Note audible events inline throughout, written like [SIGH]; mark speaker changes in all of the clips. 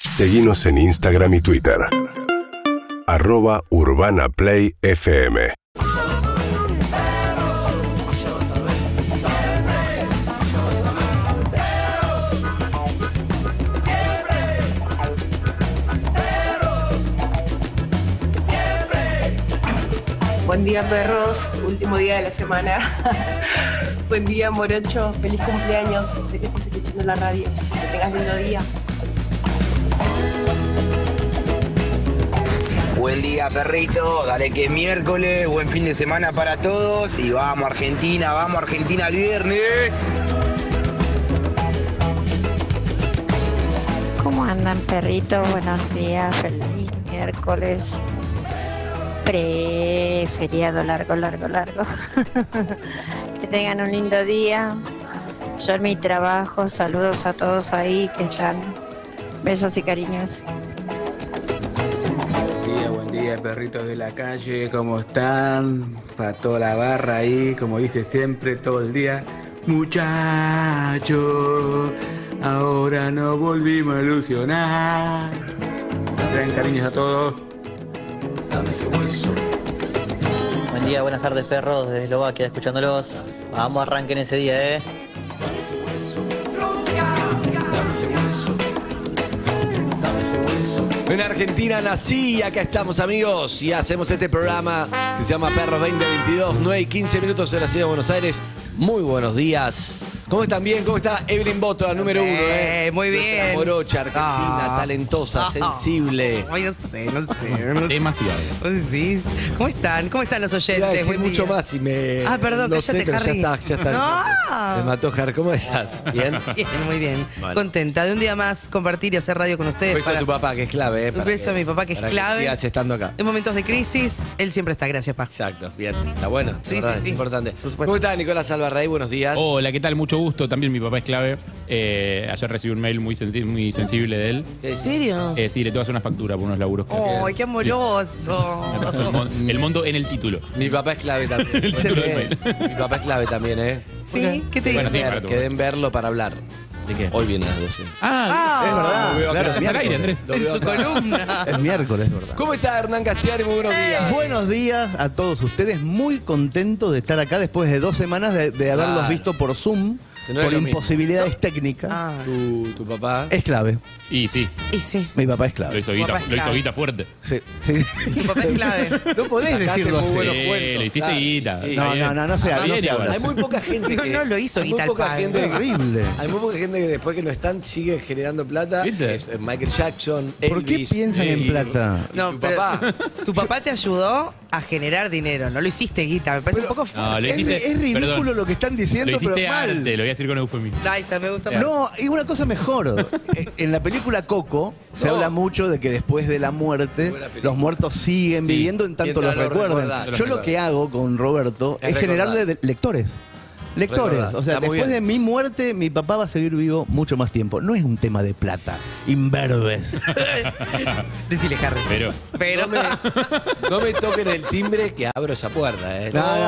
Speaker 1: Seguimos en Instagram y Twitter. Arroba Urbana Play FM.
Speaker 2: Buen día perros, último día de la semana. [LAUGHS] Buen día morocho, feliz cumpleaños. Sé que estás escuchando la radio. Que tengas lindo día.
Speaker 3: Buen día, perrito. Dale que es miércoles. Buen fin de semana para todos. Y vamos, Argentina. Vamos, Argentina, el viernes.
Speaker 4: ¿Cómo andan perritos? Buenos días, feliz miércoles. Preferiado largo, largo, largo. [LAUGHS] que tengan un lindo día. Yo en mi trabajo, saludos a todos ahí que están. Besos y cariños.
Speaker 5: Buen día, buen día, perritos de la calle, ¿cómo están? Para toda la barra ahí, como dice siempre, todo el día. Muchachos, ahora nos volvimos a ilusionar. Traen cariños a todos.
Speaker 6: Buen día, buenas tardes perros desde Eslovaquia, escuchándolos. Vamos, arranquen ese día, ¿eh?
Speaker 7: En Argentina nací y acá estamos amigos y hacemos este programa que se llama Perros 2022, 9 y 15 minutos de la ciudad de Buenos Aires. Muy buenos días. ¿Cómo están bien? ¿Cómo está Evelyn Boto, la número uno? Eh?
Speaker 8: Eh, muy
Speaker 7: Nuestra
Speaker 8: bien.
Speaker 7: Morocha, argentina,
Speaker 8: Ah.
Speaker 7: talentosa, sensible.
Speaker 8: Ay, no sé, no sé. no sé.
Speaker 9: Temas y varios.
Speaker 8: ¿Vos decís? ¿Cómo están? ¿Cómo están los
Speaker 7: Iba a
Speaker 8: oyentes?
Speaker 7: decir
Speaker 8: Buen día.
Speaker 7: mucho más y me.
Speaker 8: Ah, perdón,
Speaker 7: no
Speaker 8: cállate,
Speaker 7: sé, pero
Speaker 8: Harry.
Speaker 7: Ya está, ya está.
Speaker 8: No.
Speaker 7: Me mató Harry. ¿Cómo estás? ¿Bien?
Speaker 8: [LAUGHS] [LAUGHS] Bien, muy bien.
Speaker 9: Vale.
Speaker 8: Contenta de un día más compartir y hacer radio con ustedes.
Speaker 7: Un beso
Speaker 8: para-
Speaker 7: a tu papá, que es clave, ¿eh?
Speaker 8: Un
Speaker 7: para
Speaker 8: beso a mi papá, que es
Speaker 7: para
Speaker 8: clave.
Speaker 7: sigas estando acá.
Speaker 8: En momentos de crisis, él siempre está. Gracias, papá.
Speaker 7: Exacto, bien. Está bueno. la
Speaker 8: Sí,
Speaker 7: verdad,
Speaker 8: sí,
Speaker 7: es
Speaker 8: sí.
Speaker 7: importante.
Speaker 8: Por supuesto.
Speaker 7: ¿Cómo está Nicolás Alvarrey? Buenos días.
Speaker 9: Hola, ¿qué tal? Mucho gusto. También mi papá es clave. Eh, ayer recibí un mail muy, sensi- muy sensible de él.
Speaker 7: Sí,
Speaker 8: ¿En
Speaker 7: sí.
Speaker 8: serio?
Speaker 9: Eh, sí, le tengo que hacer una factura por unos laburos que hace.
Speaker 8: ¡Ay, qué
Speaker 9: Me pasó el,
Speaker 8: amoroso!
Speaker 9: mon- el monto en el título.
Speaker 7: Mi papá es clave
Speaker 9: [LAUGHS]
Speaker 7: también.
Speaker 9: El título del mail.
Speaker 7: Mi papá es clave también, ¿eh?
Speaker 8: ¿Sí? ¿Qué te
Speaker 9: Bueno,
Speaker 8: digo?
Speaker 9: sí,
Speaker 7: Ver,
Speaker 9: para tu
Speaker 7: Queden verlo para hablar.
Speaker 9: ¿De qué?
Speaker 7: Hoy viene a las 12.
Speaker 9: Ah,
Speaker 7: Es
Speaker 10: verdad, claro,
Speaker 9: estás al aire, Andrés.
Speaker 8: En su columna.
Speaker 10: Es miércoles, ¿verdad?
Speaker 7: ¿Cómo está Hernán Casiari? Muy buenos días.
Speaker 10: Buenos días a todos ustedes, muy contentos de estar acá después de dos semanas de, de haberlos
Speaker 7: Claro.
Speaker 10: visto por Zoom,
Speaker 7: Que no es
Speaker 10: por
Speaker 7: lo mismo.
Speaker 10: imposibilidades técnicas.
Speaker 8: Ah,
Speaker 7: Tu, tu papá.
Speaker 10: Es clave,
Speaker 9: Y sí,
Speaker 8: y sí.
Speaker 10: mi papá es
Speaker 9: lo
Speaker 10: clave.
Speaker 9: hizo
Speaker 8: Tu
Speaker 9: guita,
Speaker 8: papá es
Speaker 9: lo hizo
Speaker 8: clave.
Speaker 9: guita fuerte.
Speaker 10: Sí, sí.
Speaker 8: Tu papá es clave.
Speaker 10: No podés
Speaker 7: Sacaste
Speaker 10: decirlo
Speaker 7: muy
Speaker 10: así.
Speaker 7: buenos
Speaker 9: Sí,
Speaker 7: cuentos,
Speaker 9: lo hiciste
Speaker 7: claro.
Speaker 9: guita.
Speaker 7: Sí.
Speaker 9: Está
Speaker 10: No,
Speaker 9: bien.
Speaker 10: no, no, no se
Speaker 9: Está
Speaker 10: habla, no
Speaker 9: bien
Speaker 10: se habla.
Speaker 9: igual.
Speaker 7: Hay muy poca gente
Speaker 8: No,
Speaker 7: que...
Speaker 8: no lo hizo
Speaker 7: hay muy
Speaker 8: Guita al
Speaker 7: poca
Speaker 8: Padre.
Speaker 7: gente que-
Speaker 10: Horrible.
Speaker 7: Hay muy poca gente que después que no están sigue generando plata.
Speaker 9: ¿Viste?
Speaker 7: Es, eh, Michael Jackson, Elvis. eh,
Speaker 10: ¿Por qué piensan en
Speaker 9: Elvis.
Speaker 10: plata?
Speaker 7: Y tu papá.
Speaker 8: Tu papá te ayudó a generar dinero. No lo hiciste, Guita. Me parece un poco
Speaker 9: No, lo
Speaker 10: Es,
Speaker 9: hiciste.
Speaker 10: es ridículo
Speaker 9: perdón,
Speaker 10: lo que están
Speaker 9: Lo
Speaker 10: diciendo,
Speaker 9: hiciste
Speaker 10: pero mal.
Speaker 9: arte, lo voy a decir con eufemismo.
Speaker 8: Ahí está, me gusta más.
Speaker 10: No, y una cosa
Speaker 7: [LAUGHS]
Speaker 10: mejor. Eh, en la película Coco se
Speaker 7: No.
Speaker 10: habla mucho de que después de la muerte
Speaker 7: Buena película.
Speaker 10: los muertos siguen
Speaker 9: Sí,
Speaker 10: viviendo en tanto los
Speaker 7: mientras lo
Speaker 10: recuerden.
Speaker 7: recordás.
Speaker 10: Yo lo que hago con Roberto
Speaker 7: Es
Speaker 10: es, generarle
Speaker 7: recordar.
Speaker 10: de- lectores. Lectores,
Speaker 7: Recordás,
Speaker 10: o sea,
Speaker 7: está muy
Speaker 10: después de
Speaker 7: bien.
Speaker 10: mi muerte, mi papá va a seguir vivo mucho más tiempo. No es un tema de plata, imberbes.
Speaker 8: Decile, Harry.
Speaker 9: Pero
Speaker 8: Pero.
Speaker 7: No me, [LAUGHS] no me toquen el timbre que abro esa puerta. ¿eh?
Speaker 10: No, no, no.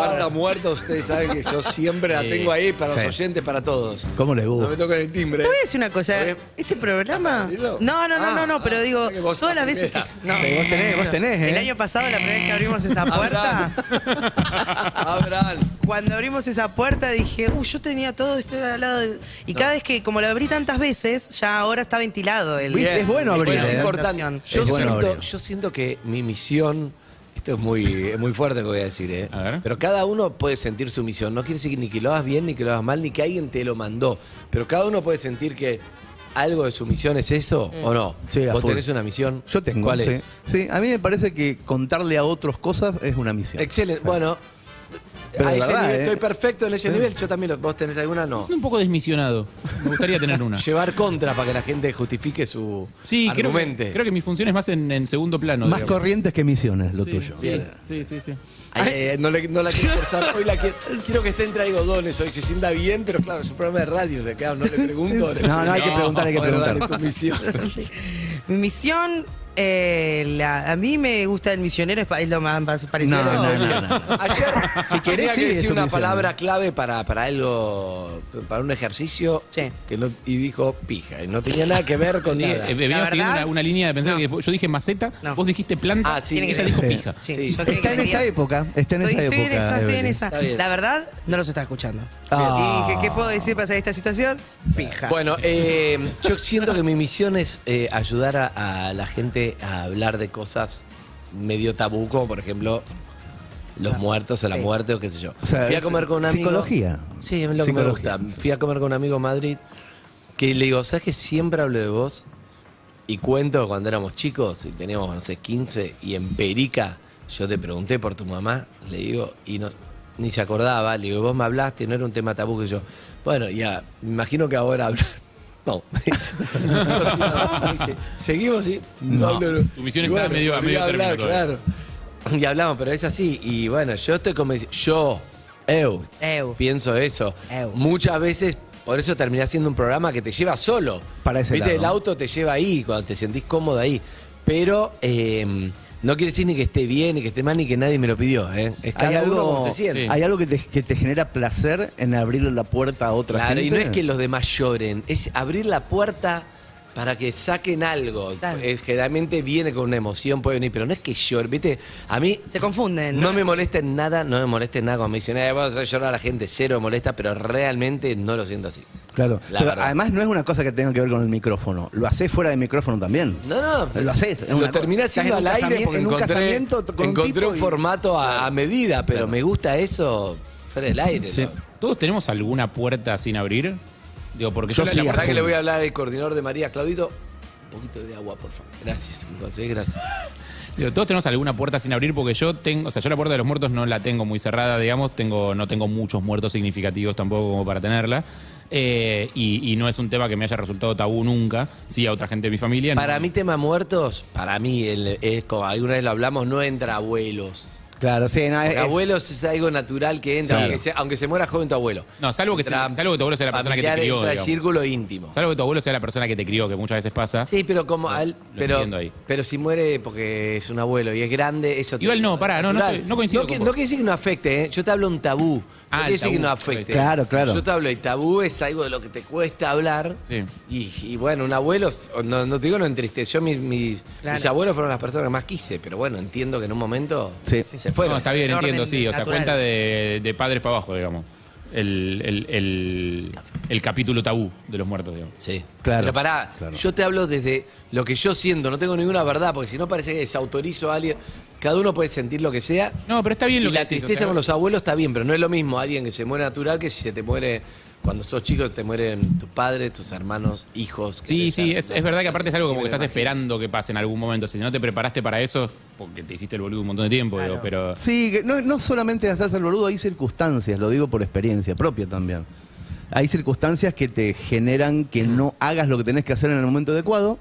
Speaker 7: La puerta muerta, ustedes saben que yo siempre
Speaker 9: Sí.
Speaker 7: la tengo ahí para
Speaker 10: Sí.
Speaker 7: los oyentes, para todos.
Speaker 10: ¿Cómo les
Speaker 7: No me
Speaker 10: gusta?
Speaker 7: toquen el timbre.
Speaker 8: Te voy a decir una cosa.
Speaker 7: ¿Está bien?
Speaker 8: Este programa.
Speaker 7: ¿Está
Speaker 8: No,
Speaker 7: bien?
Speaker 8: no, no,
Speaker 7: Ah,
Speaker 8: no, no, pero
Speaker 7: ah,
Speaker 8: digo,
Speaker 7: que vos
Speaker 8: todas las
Speaker 7: sos
Speaker 8: veces que.
Speaker 7: primera.
Speaker 8: No.
Speaker 10: Sí, vos tenés, vos tenés, ¿eh?
Speaker 8: El año pasado, la primera vez que
Speaker 10: [LAUGHS]
Speaker 8: abrimos esa
Speaker 7: Abran. [LAUGHS]
Speaker 8: puerta,
Speaker 7: Abran.
Speaker 8: cuando abrimos esa puerta dije, uy, yo tenía todo esto al lado. del-". Y cada vez que, como lo abrí tantas veces, ya ahora está ventilado el.
Speaker 10: Viste, es bueno abrir,
Speaker 7: Es
Speaker 10: ¿eh?
Speaker 7: importante.
Speaker 8: Es
Speaker 7: Yo,
Speaker 10: bueno
Speaker 7: siento,
Speaker 10: abrir.
Speaker 7: yo siento que mi misión. Esto es muy, es muy fuerte lo que voy a decir, ¿eh?
Speaker 9: A ver.
Speaker 7: Pero cada uno puede sentir su misión. No quiere decir ni que lo hagas bien, ni que lo hagas mal, ni que alguien te lo mandó. Pero cada uno puede sentir que algo de su misión es eso
Speaker 9: Mm.
Speaker 7: o no.
Speaker 10: Sí, a
Speaker 7: ¿Vos
Speaker 10: full.
Speaker 7: tenés una misión?
Speaker 10: Yo tengo.
Speaker 7: ¿Cuál
Speaker 10: sí.
Speaker 7: es?
Speaker 10: Sí, a mí me parece que contarle a otros cosas es una misión.
Speaker 7: Excelente. Bueno,
Speaker 10: Pero
Speaker 7: a
Speaker 10: de
Speaker 7: ese
Speaker 10: verdad,
Speaker 7: nivel
Speaker 10: ¿eh?
Speaker 7: estoy perfecto en ese nivel. Yo también lo, vos tenés alguna, no.
Speaker 9: es un poco desmisionado. Me gustaría tener una.
Speaker 7: Llevar contra para que la gente justifique su
Speaker 9: Sí, creo
Speaker 7: argumente.
Speaker 9: que, creo que mi función es más en, en segundo plano.
Speaker 10: Más
Speaker 9: digamos.
Speaker 10: corrientes que misiones, lo tuyo.
Speaker 9: Sí, sí, sí, sí.
Speaker 7: Ay, eh, no, le- no la quiero forzar. Hoy la quiero, quiero que esté entre algodones. Hoy se sienta bien, pero claro, es un programa de radio. de acá, no le pregunto.
Speaker 10: No, no, hay que preguntar, hay que
Speaker 7: bueno, dale
Speaker 10: preguntar.
Speaker 7: tu misión.
Speaker 8: Mi misión
Speaker 2: Eh, la- a mí me gusta el misionero, es, pa- es lo más más parecido.
Speaker 6: No, no, no,
Speaker 7: Ayer, si
Speaker 6: querés,
Speaker 7: tenía que
Speaker 6: sí,
Speaker 7: decir
Speaker 6: eso
Speaker 7: una
Speaker 6: me hizo
Speaker 7: palabra
Speaker 6: mal.
Speaker 7: clave para, para algo, para un ejercicio, que no, y dijo pija, y no tenía nada que ver con
Speaker 9: Eh,
Speaker 7: nada.
Speaker 9: eh, venía siguiendo una, una línea de pensar que después- yo dije maceta, vos dijiste planta,
Speaker 7: Ah, sí,
Speaker 9: ella
Speaker 7: tiene que
Speaker 9: dijo
Speaker 7: ver.
Speaker 9: pija.
Speaker 7: Sí.
Speaker 2: Sí, yo creo
Speaker 6: Está
Speaker 2: que
Speaker 6: en esa
Speaker 2: tenía-
Speaker 6: época. Está en
Speaker 2: Estoy,
Speaker 6: esa
Speaker 2: estoy
Speaker 6: época.
Speaker 2: en esa, estoy en
Speaker 6: Evelyn.
Speaker 2: esa.
Speaker 7: Está bien.
Speaker 2: La verdad, no los está escuchando.
Speaker 6: Ah.
Speaker 2: Y dije, ¿qué puedo decir para salir de esta situación? Pija.
Speaker 7: Bueno, eh, yo siento que mi misión es eh, ayudar a, a la gente a hablar de cosas medio tabú, como por ejemplo los muertos o la
Speaker 2: Sí.
Speaker 7: muerte o qué sé yo.
Speaker 6: O sea,
Speaker 7: Fui a comer con un amigo.
Speaker 6: psicología.
Speaker 7: Sí, es lo que me
Speaker 6: Psicología.
Speaker 7: gusta. Fui a comer con un amigo a Madrid que le digo, ¿sabes que siempre hablo de vos? Y cuento cuando éramos chicos y teníamos, no sé, 15 y en Perica yo te pregunté por tu mamá, le digo, y no, ni se acordaba, le digo, vos me hablaste, no era un tema tabú que yo. Bueno, ya, me imagino que ahora hablas. [LAUGHS] No, me dice. [LAUGHS] Me dice, seguimos y no,
Speaker 9: No,
Speaker 7: hablo.
Speaker 9: tu misión
Speaker 7: Y
Speaker 9: estaba medio- a
Speaker 7: volví
Speaker 9: medio
Speaker 7: hablar,
Speaker 9: término
Speaker 7: claro.
Speaker 9: todavía.
Speaker 7: Y hablamos, pero es así. Y bueno, yo estoy convencido. Yo, eu,
Speaker 2: Eu.
Speaker 7: pienso eso.
Speaker 2: Eu.
Speaker 7: Muchas veces, por eso terminás haciendo un programa que te lleva solo.
Speaker 6: Para ese
Speaker 7: Viste,
Speaker 6: lado.
Speaker 7: el auto te lleva ahí, cuando te sentís cómodo ahí. Pero eh, no quiere decir ni que esté bien, ni que esté mal, ni que nadie me lo pidió. ¿eh? Es
Speaker 6: Hay
Speaker 7: cada uno como
Speaker 6: algo,
Speaker 7: se siente.
Speaker 9: Sí.
Speaker 6: hay algo que te, que te genera placer en abrirle la puerta a otra
Speaker 7: Claro,
Speaker 6: gente.
Speaker 7: y no es que los demás lloren, es abrir la puerta para que saquen algo.
Speaker 2: Claro.
Speaker 7: Eh, generalmente viene con una emoción, puede venir, pero no es que llore, ¿viste? A mí
Speaker 2: Se confunden.
Speaker 7: no me molesta en nada, no me molesta en nada cuando me dicen, "Eh, vas a llorar a la gente, cero me molesta, pero realmente no lo siento así.
Speaker 6: Claro.
Speaker 7: La
Speaker 6: Pero
Speaker 7: verdad.
Speaker 6: además no es una cosa que tenga que ver con el micrófono. Lo haces fuera de micrófono también.
Speaker 7: No, no.
Speaker 6: Lo haces, es una
Speaker 7: Lo terminé
Speaker 6: cosa. Estás en
Speaker 7: haciendo al
Speaker 6: un
Speaker 7: aire
Speaker 6: casamiento-
Speaker 7: porque
Speaker 6: en un
Speaker 7: encontré,
Speaker 6: casamiento con un
Speaker 7: encontré
Speaker 6: tipo
Speaker 7: un
Speaker 6: y-
Speaker 7: formato a, a medida, pero me gusta eso fuera del aire. ¿no?
Speaker 9: ¿Todos tenemos alguna puerta sin abrir? Digo, porque
Speaker 6: Yo
Speaker 9: yo, la-
Speaker 6: sí,
Speaker 9: la,
Speaker 7: La verdad
Speaker 6: a
Speaker 7: que
Speaker 6: full.
Speaker 7: le voy a hablar al coordinador de María, Claudito. Un poquito de agua, por favor. Gracias, me conseguí, gracias.
Speaker 9: Digo, todos tenemos alguna puerta sin abrir porque yo tengo, o sea, yo la puerta de los muertos no la tengo muy cerrada, digamos, tengo, no tengo muchos muertos significativos tampoco como para tenerla. Eh, y, y no es un tema que me haya resultado tabú nunca, sí a otra gente de mi familia. no.
Speaker 7: Para mí, tema muertos, para mí, el- es como alguna vez lo hablamos, no entra abuelos.
Speaker 6: Claro, sí, no, es-
Speaker 7: Porque abuelos es algo natural que entra,
Speaker 9: Sí.
Speaker 7: aunque, se, aunque se muera joven tu abuelo.
Speaker 9: No, salvo que sea- salvo que tu abuelo sea la persona que te
Speaker 7: familiar,
Speaker 9: crió,
Speaker 7: Entra el
Speaker 9: digamos.
Speaker 7: círculo íntimo.
Speaker 9: Salvo que tu abuelo sea la persona que te crió, que muchas veces pasa.
Speaker 7: Sí, pero como al- pero,
Speaker 9: entiendo ahí.
Speaker 7: pero si muere porque es un abuelo y es grande, eso te-
Speaker 9: Igual no, pará, no, no
Speaker 7: natural.
Speaker 9: estoy- no coincido
Speaker 7: No, que-
Speaker 9: con vos.
Speaker 7: no quiere decir que no afecte, ¿eh? Yo te hablo un tabú. No
Speaker 9: Ah, el
Speaker 7: quiere decir que
Speaker 9: tabú,
Speaker 7: no afecte.
Speaker 6: Claro, claro.
Speaker 7: Yo te hablo, el tabú es algo de lo que te cuesta hablar.
Speaker 9: Sí.
Speaker 7: Y, y bueno, un abuelo, s- o no, no te digo no entristeció. Yo, mis, mis,
Speaker 2: Claro.
Speaker 7: mis abuelos fueron las personas que más quise, pero bueno, entiendo que en un momento
Speaker 6: Sí.
Speaker 7: se fueron.
Speaker 9: no, está bien,
Speaker 2: en
Speaker 9: entiendo,
Speaker 2: orden
Speaker 9: sí. O sea,
Speaker 2: natural.
Speaker 9: cuenta de, de padres para abajo, digamos. El, el- el- el capítulo tabú de los muertos, digamos.
Speaker 7: Sí.
Speaker 6: Claro.
Speaker 7: Pero pará,
Speaker 6: Claro.
Speaker 7: yo te hablo desde lo que yo siento, no tengo ninguna verdad, porque si no parece que desautorizo a alguien. Cada uno puede sentir lo que sea.
Speaker 9: No, pero está bien lo
Speaker 7: y
Speaker 9: que
Speaker 7: la
Speaker 9: decís, o
Speaker 7: tristeza
Speaker 9: sea,
Speaker 7: con los abuelos está bien, pero no es lo mismo alguien que se muere natural que si se te muere cuando sos chico, te mueren tus padres, tus hermanos, hijos. que
Speaker 9: Sí,
Speaker 7: debe
Speaker 9: sí,
Speaker 7: ser,
Speaker 9: es,
Speaker 7: ¿no?
Speaker 9: es verdad que aparte es algo como que
Speaker 7: Me
Speaker 9: estás
Speaker 7: imagino.
Speaker 9: esperando que pase en algún momento. Si no te preparaste para eso, porque te hiciste el boludo un montón de tiempo, digo, pero.
Speaker 6: Sí, que no, no solamente de hacerse el boludo, hay circunstancias, lo digo por experiencia propia también. Hay circunstancias que te generan que no hagas lo que tenés que hacer en el momento adecuado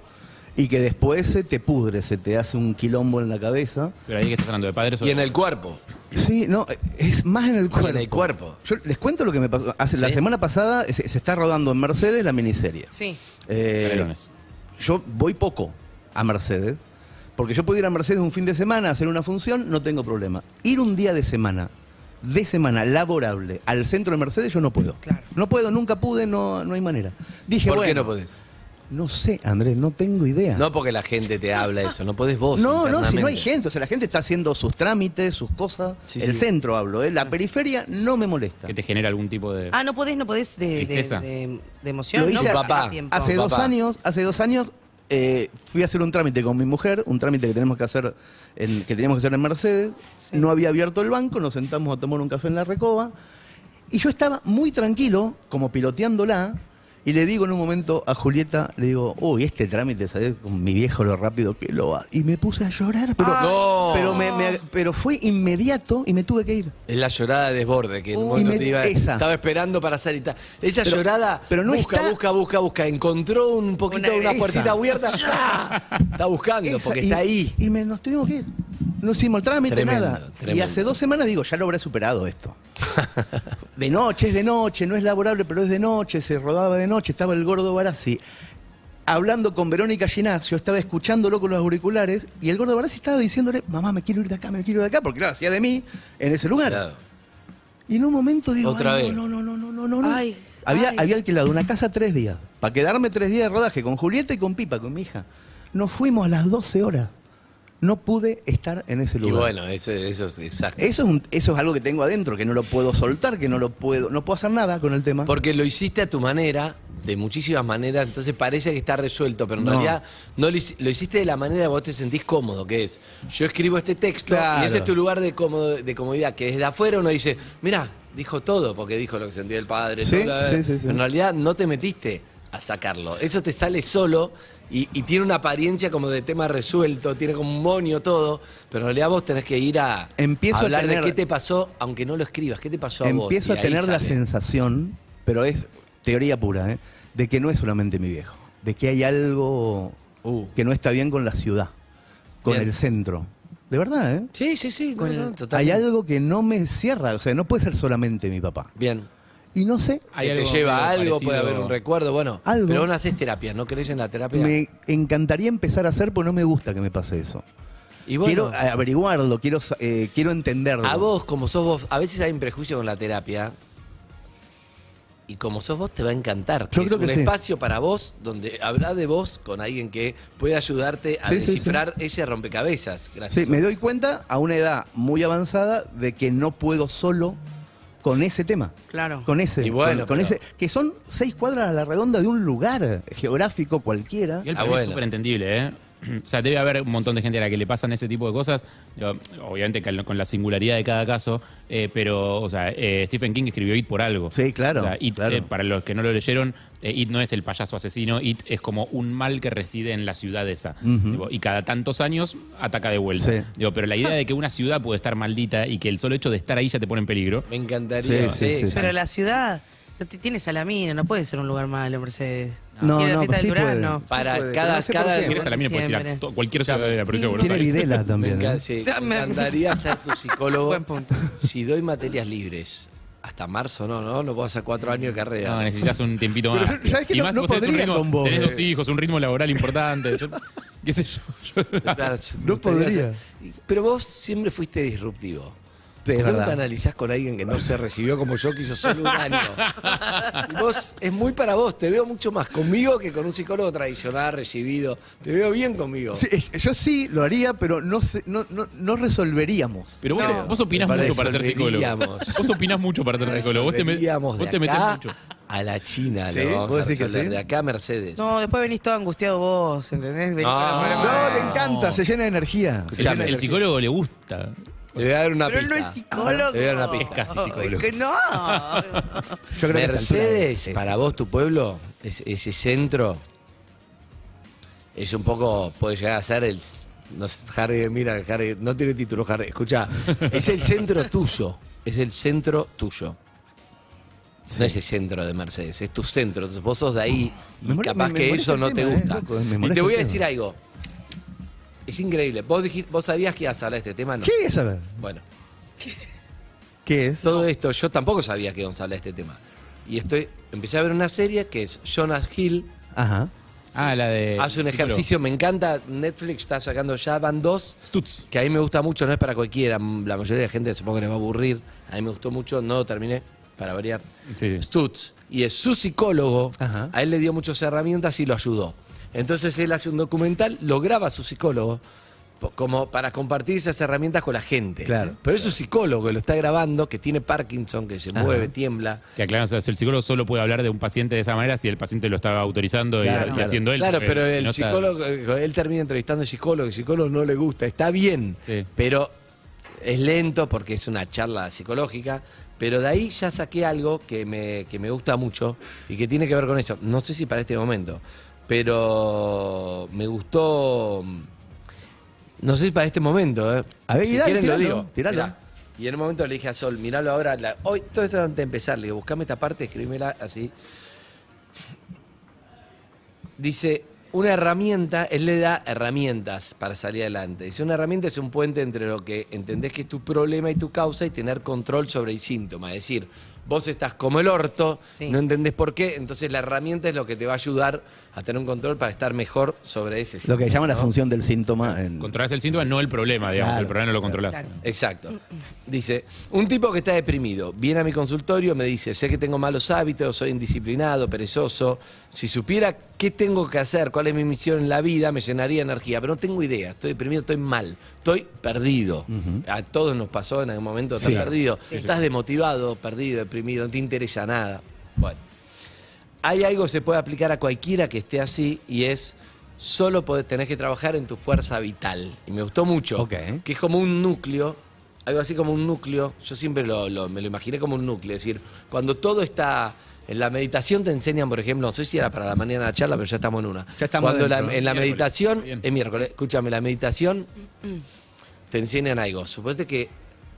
Speaker 6: y que después se te pudre, se te hace un quilombo en la cabeza.
Speaker 9: Pero ahí que estás hablando de padres. o-
Speaker 7: Y en el cuerpo.
Speaker 6: Sí, no, es más en el cuerpo.
Speaker 7: el cuerpo.
Speaker 6: Yo les cuento lo que me pasó. Hace- La
Speaker 7: Sí.
Speaker 6: semana pasada se, se está rodando en Mercedes la miniserie.
Speaker 2: Sí.
Speaker 6: Eh,
Speaker 9: Canelones.
Speaker 6: yo voy poco a Mercedes, porque yo puedo ir a Mercedes un fin de semana a hacer una función, no tengo problema. Ir un día de semana, de semana laborable, al centro de Mercedes, yo no puedo.
Speaker 2: Claro.
Speaker 6: No puedo, nunca pude, no, no hay manera. Dije,
Speaker 7: ¿Por qué
Speaker 6: bueno,
Speaker 7: no podés?
Speaker 6: no sé, Andrés, no tengo idea.
Speaker 7: No porque la gente te habla eso, no podés vos.
Speaker 6: No, no, si no hay
Speaker 7: internamente.
Speaker 6: gente, o sea, la gente está haciendo sus trámites, sus cosas.
Speaker 7: Sí,
Speaker 6: el
Speaker 7: sí.
Speaker 6: centro hablo, ¿eh? la periferia no me molesta.
Speaker 9: que te genera algún tipo de.
Speaker 2: Ah, no podés, no podés de, de-
Speaker 9: Tristeza.
Speaker 2: de- de emoción.
Speaker 6: Lo
Speaker 2: ¿no?
Speaker 6: hice
Speaker 2: Porque
Speaker 7: papá.
Speaker 2: da tiempo.
Speaker 6: Hace
Speaker 7: Con
Speaker 6: dos
Speaker 7: papá.
Speaker 6: años, hace dos años eh, fui a hacer un trámite con mi mujer, un trámite que tenemos que hacer, en, que teníamos que hacer en Mercedes. No había abierto el banco, nos sentamos a tomar un café en la recoba y yo estaba muy tranquilo, como piloteándola. Y le digo en un momento a Julieta, le digo, uy, este trámite, ¿sabes? Con mi viejo lo rápido que lo va. Y me puse a llorar, pero,
Speaker 7: Ay, Ah, no.
Speaker 6: pero, me- me- pero fue inmediato y me tuve que ir.
Speaker 7: Es la llorada de desborde que en un
Speaker 6: Uh,
Speaker 7: momento
Speaker 6: y me-
Speaker 7: te iba-
Speaker 6: esa.
Speaker 7: estaba esperando para hacer y tal. Esa
Speaker 6: Pero-
Speaker 7: llorada
Speaker 6: pero no
Speaker 7: busca,
Speaker 6: está-
Speaker 7: busca, busca, busca. Encontró un poquito
Speaker 2: Una-
Speaker 7: una,
Speaker 6: esa.
Speaker 7: puertita abierta. ¡za! está buscando
Speaker 6: Esa,
Speaker 7: porque
Speaker 6: y-
Speaker 7: está ahí.
Speaker 6: Y me, nos tuvimos que ir. No hicimos el trámite,
Speaker 7: Tremendo,
Speaker 6: nada.
Speaker 7: tremendo.
Speaker 6: Y hace dos semanas digo, ya lo habré superado esto. de noche, es de noche, no es laborable, pero es de noche, se rodaba de noche, estaba el gordo Barassi. hablando con Verónica Ginasio, estaba escuchándolo con los auriculares y el gordo Barassi estaba diciéndole, mamá, me quiero ir de acá, me quiero ir de acá, porque claro, hacía de mí en ese lugar. Y en un momento digo,
Speaker 7: Otra
Speaker 6: "Ay,
Speaker 7: vez.
Speaker 6: no, no, no, no, no, no, no. había, había alquilado una casa tres días, para quedarme tres días de rodaje con Julieta y con Pipa, con mi hija. Nos fuimos a las 12 horas. No pude estar en ese
Speaker 7: Y
Speaker 6: lugar.
Speaker 7: bueno, eso, eso es exacto.
Speaker 6: Eso es, un- eso es algo que tengo adentro, que no lo puedo soltar, que no lo puedo, no puedo hacer nada con el tema.
Speaker 7: Porque lo hiciste a tu manera, de muchísimas maneras, entonces parece que está resuelto, pero en
Speaker 6: No.
Speaker 7: realidad no lo, hici- lo hiciste de la manera que vos te sentís cómodo, que es, yo escribo este texto
Speaker 6: Claro.
Speaker 7: y ese es tu lugar de, cómodo- de comodidad, que desde afuera uno dice, mirá, dijo todo, porque dijo lo que sentía el padre,
Speaker 6: Sí,
Speaker 7: todo, bla, bla,
Speaker 6: sí,
Speaker 7: bla".
Speaker 6: sí, sí.
Speaker 7: Pero en realidad no te metiste a sacarlo, eso te sale solo. Y, y tiene una apariencia como de tema resuelto, tiene como un monio todo, pero en realidad vos tenés que ir a
Speaker 6: Empiezo a
Speaker 7: hablar
Speaker 6: tener-
Speaker 7: de qué te pasó, aunque no lo escribas, qué te pasó a vos.
Speaker 6: Empiezo
Speaker 7: Y
Speaker 6: a
Speaker 7: ahí
Speaker 6: tener la
Speaker 7: sale.
Speaker 6: sensación, pero es teoría pura, ¿eh? de que no es solamente mi viejo, de que hay algo
Speaker 7: Uh.
Speaker 6: que no está bien con la ciudad, con
Speaker 7: Bien.
Speaker 6: el centro. De verdad, ¿eh?
Speaker 7: Sí, sí, sí. no, no,
Speaker 6: Hay
Speaker 7: totalmente.
Speaker 6: algo que no me cierra, o sea, no puede ser solamente mi papá.
Speaker 7: Bien.
Speaker 6: Y no sé,
Speaker 9: Hay
Speaker 7: que te
Speaker 9: algo
Speaker 7: lleva a
Speaker 9: medio
Speaker 7: algo, puede
Speaker 9: parecido.
Speaker 7: haber un recuerdo, bueno.
Speaker 6: Algo.
Speaker 7: Pero vos no haces terapia, ¿no crees en la terapia?
Speaker 6: me encantaría empezar a hacer, pero no me gusta que me pase eso.
Speaker 7: y bueno,
Speaker 6: Quiero eh, averiguarlo, quiero, sa- eh, quiero entenderlo.
Speaker 7: a vos, como sos vos, a veces hay un prejuicio con la terapia. Y como sos vos, te va a encantar.
Speaker 6: Yo
Speaker 7: es
Speaker 6: creo que
Speaker 7: un
Speaker 6: sí.
Speaker 7: espacio para vos donde hablar de vos con alguien que puede ayudarte a
Speaker 6: Sí, sí, sí.
Speaker 7: descifrar ese rompecabezas. Gracias.
Speaker 6: Sí, me doy cuenta a una edad muy avanzada de que no puedo solo con ese tema.
Speaker 2: Claro.
Speaker 6: Con ese.
Speaker 7: Y bueno,
Speaker 6: con, con
Speaker 7: pero-
Speaker 6: ese. Que son seis cuadras a la redonda de un lugar geográfico cualquiera.
Speaker 9: Y el
Speaker 7: Ah,
Speaker 9: problema es
Speaker 7: bueno.
Speaker 9: súper entendible, ¿eh? [CLEARS THROAT] O sea, debe haber un montón de gente a la que le pasan ese tipo de cosas, Digo, obviamente cal- con la singularidad de cada caso, eh, pero, o sea, eh, Stephen King escribió It por algo.
Speaker 6: Sí, claro,
Speaker 9: O sea, It,
Speaker 6: claro.
Speaker 9: eh, para los que no lo leyeron, eh, It no es el payaso asesino, It es como un mal que reside en la ciudad esa. Digo, y cada tantos años ataca de vuelta.
Speaker 6: Sí.
Speaker 9: Digo, pero la idea de que una ciudad puede estar maldita y que el solo hecho de estar ahí ya te pone en peligro,
Speaker 7: Me encantaría.
Speaker 6: Sí, sí,
Speaker 7: sí,
Speaker 6: sí, sí.
Speaker 2: Pero la ciudad no te- tiene salamina, no puede ser un lugar malo, Mercedes.
Speaker 6: No,
Speaker 2: Tiene
Speaker 6: no,
Speaker 2: la fiesta
Speaker 6: sí
Speaker 2: del Durazno.
Speaker 6: puede.
Speaker 7: Para
Speaker 6: puede,
Speaker 7: cada-
Speaker 6: pero no sé por
Speaker 7: cada-
Speaker 6: qué.
Speaker 9: Mira, Salamina puede ir a Pues
Speaker 2: siempre.
Speaker 9: to- cualquier ciudad de la provincia de Buenos
Speaker 6: Tiene
Speaker 9: Aires.
Speaker 6: videla
Speaker 7: Me,
Speaker 6: también.
Speaker 7: encan-
Speaker 6: ¿eh?
Speaker 7: sí,
Speaker 2: Ya,
Speaker 7: me
Speaker 2: me-
Speaker 7: encantaría ser
Speaker 6: [LAUGHS]
Speaker 7: tu psicólogo.
Speaker 2: Buen punto.
Speaker 7: Si doy materias libres hasta marzo, no, no, no puedo hacer cuatro años de carrera.
Speaker 9: No, necesitas un tiempito más.
Speaker 6: Pero, ¿sabes qué?
Speaker 9: y
Speaker 6: No-
Speaker 9: más
Speaker 6: no
Speaker 9: vos tenés, un
Speaker 6: podría
Speaker 9: ritmo-
Speaker 6: con vos,
Speaker 9: tenés
Speaker 6: eh.
Speaker 9: dos hijos, un ritmo laboral importante. Yo- ¿Qué sé yo? Yo-
Speaker 7: Claro,
Speaker 6: No
Speaker 7: me gustaría
Speaker 6: podría.
Speaker 7: hacer- y- Pero vos siempre fuiste disruptivo.
Speaker 6: Sí, es
Speaker 7: ¿Por qué no
Speaker 6: verdad.
Speaker 7: te analizás con alguien que no se recibió como yo, que hizo solo un año? Y vos, es muy para vos, te veo mucho más conmigo que con un psicólogo tradicional, recibido. Te veo bien conmigo.
Speaker 6: Sí, eh, yo sí lo haría, pero no, sé- no, no, no resolveríamos.
Speaker 9: Pero vos,
Speaker 7: No,
Speaker 9: vos opinás
Speaker 7: me
Speaker 9: mucho para ser psicólogo.
Speaker 7: resolveríamos.
Speaker 9: Vos opinás mucho para ser psicólogo. Vos te, met-
Speaker 7: Resolveríamos de
Speaker 9: vos te metés
Speaker 7: acá
Speaker 9: mucho.
Speaker 7: A la China,
Speaker 6: ¿Sí?
Speaker 7: lo vamos
Speaker 6: ¿Vos
Speaker 7: a
Speaker 6: decís que
Speaker 7: resolver.
Speaker 6: sí?
Speaker 7: De acá a Mercedes.
Speaker 2: No, después venís todo angustiado vos, ¿entendés? Venís
Speaker 7: No.
Speaker 2: con la-
Speaker 6: No, le encanta, se llena de energía. Se llena
Speaker 9: Escuchame,
Speaker 6: de
Speaker 9: el
Speaker 6: energía.
Speaker 9: psicólogo le gusta.
Speaker 7: Te voy a dar una
Speaker 2: Pero él
Speaker 7: pista.
Speaker 2: no es psicólogo.
Speaker 7: Te voy a dar una
Speaker 9: Es
Speaker 7: pista.
Speaker 9: casi psicólogo.
Speaker 2: Que no.
Speaker 6: Yo creo que a esta altura
Speaker 7: Mercedes,
Speaker 6: es-
Speaker 7: para vos, tu pueblo, es- ese centro, es un poco, puede llegar a ser el... No, sé, Harry, mira, Harry, no tiene título,
Speaker 6: [LAUGHS]
Speaker 7: Harry, escucha, es el centro tuyo, es el centro tuyo. No es el centro de Mercedes, es tu centro, entonces vos sos de ahí y
Speaker 6: Me mole-
Speaker 7: capaz
Speaker 6: me- me
Speaker 7: que
Speaker 6: molesta
Speaker 7: eso
Speaker 6: el
Speaker 7: no te
Speaker 6: tema, eh,
Speaker 7: gusta.
Speaker 6: loco, me
Speaker 7: y te
Speaker 6: molesta
Speaker 7: voy a
Speaker 6: el
Speaker 7: decir
Speaker 6: tema.
Speaker 7: algo, es increíble, vos, dijiste- vos sabías que ibas a hablar de este tema, ¿no?
Speaker 6: ¿Qué es saber?
Speaker 7: Bueno,
Speaker 6: ¿Qué es?
Speaker 7: todo esto, yo tampoco sabía que íbamos a hablar de este tema. Y estoy, empecé a ver una serie que es Jonas Hill.
Speaker 6: Ajá.
Speaker 9: Ah, la de.
Speaker 7: Hace un
Speaker 9: sí, pero-
Speaker 7: ejercicio, me encanta. Netflix está sacando ya, van dos.
Speaker 9: Stutz.
Speaker 7: Que a mí me gusta mucho, no es para cualquiera. La mayoría de la gente supongo que les va a aburrir. A mí me gustó mucho, no lo terminé, para variar.
Speaker 9: Sí.
Speaker 7: Stutz. Y es su psicólogo.
Speaker 6: Ajá.
Speaker 7: A él le dio muchas herramientas y lo ayudó. Entonces él hace un documental, lo graba su psicólogo. po- Como para compartir esas herramientas con la gente.
Speaker 6: Claro.
Speaker 7: Pero es su psicólogo que lo está grabando, que tiene Parkinson, que se mueve, tiembla.
Speaker 9: Que aclaramos, o sea, el psicólogo solo puede hablar de un paciente de esa manera si el paciente lo estaba autorizando y-
Speaker 6: Claro,
Speaker 9: y,
Speaker 6: claro.
Speaker 9: haciendo él.
Speaker 7: Claro,
Speaker 9: porque
Speaker 7: pero
Speaker 9: si
Speaker 7: el
Speaker 9: no está-
Speaker 7: psicólogo, eh, él termina entrevistando al psicólogo, el psicólogo no le gusta, está bien,
Speaker 9: Sí.
Speaker 7: pero es lento porque es una charla psicológica, pero de ahí ya saqué algo que me, que me gusta mucho y que tiene que ver con eso. No sé si para este momento, pero me gustó, no sé si para este momento, ¿eh?
Speaker 6: A ver,
Speaker 7: si
Speaker 6: dale,
Speaker 7: quieren
Speaker 6: tiralo,
Speaker 7: lo digo.
Speaker 6: tiralo.
Speaker 7: Mirá. Y en un momento le dije a Sol, miralo ahora, la- hoy, todo esto antes de empezar, le digo, buscame esta parte, escribímela así. Dice, una herramienta, él le da herramientas para salir adelante. Dice, una herramienta es un puente entre lo que entendés que es tu problema y tu causa y tener control sobre el síntoma. Es decir, vos estás como el orto, no entendés por qué, entonces la herramienta es lo que te va a ayudar a tener un control para estar mejor sobre ese
Speaker 6: Lo que
Speaker 7: síntoma,
Speaker 6: llama la
Speaker 7: ¿no?
Speaker 6: función del síntoma. en-
Speaker 9: Controlás el síntoma, no el problema, digamos.
Speaker 6: Claro,
Speaker 9: el problema no lo controlás.
Speaker 7: Exacto. Dice, un tipo que está deprimido, viene a mi consultorio, me dice, sé que tengo malos hábitos, soy indisciplinado, perezoso, si supiera qué tengo que hacer, cuál es mi misión en la vida, me llenaría de energía, pero no tengo idea, estoy deprimido, estoy mal, estoy perdido. A todos nos pasó en algún momento, estás
Speaker 6: Sí.
Speaker 7: perdido,
Speaker 6: Sí, sí,
Speaker 7: estás
Speaker 6: sí.
Speaker 7: demotivado, perdido, deprimido, no te interesa nada. Bueno, hay algo que se puede aplicar a cualquiera que esté así y es solo podés, tenés que trabajar en tu fuerza vital. Y me gustó mucho, que es como un núcleo, algo así como un núcleo, yo siempre lo, lo- me lo imaginé como un núcleo, es decir, cuando todo está... En la meditación te enseñan, por ejemplo, no sé si era para la mañana la charla, pero ya estamos en una.
Speaker 6: Ya estamos
Speaker 7: Cuando la-
Speaker 6: dentro, ¿no?
Speaker 7: en la
Speaker 6: Miércoles,
Speaker 7: meditación,
Speaker 6: bien.
Speaker 7: es miércoles, escúchame, la meditación te enseñan algo. Suponete que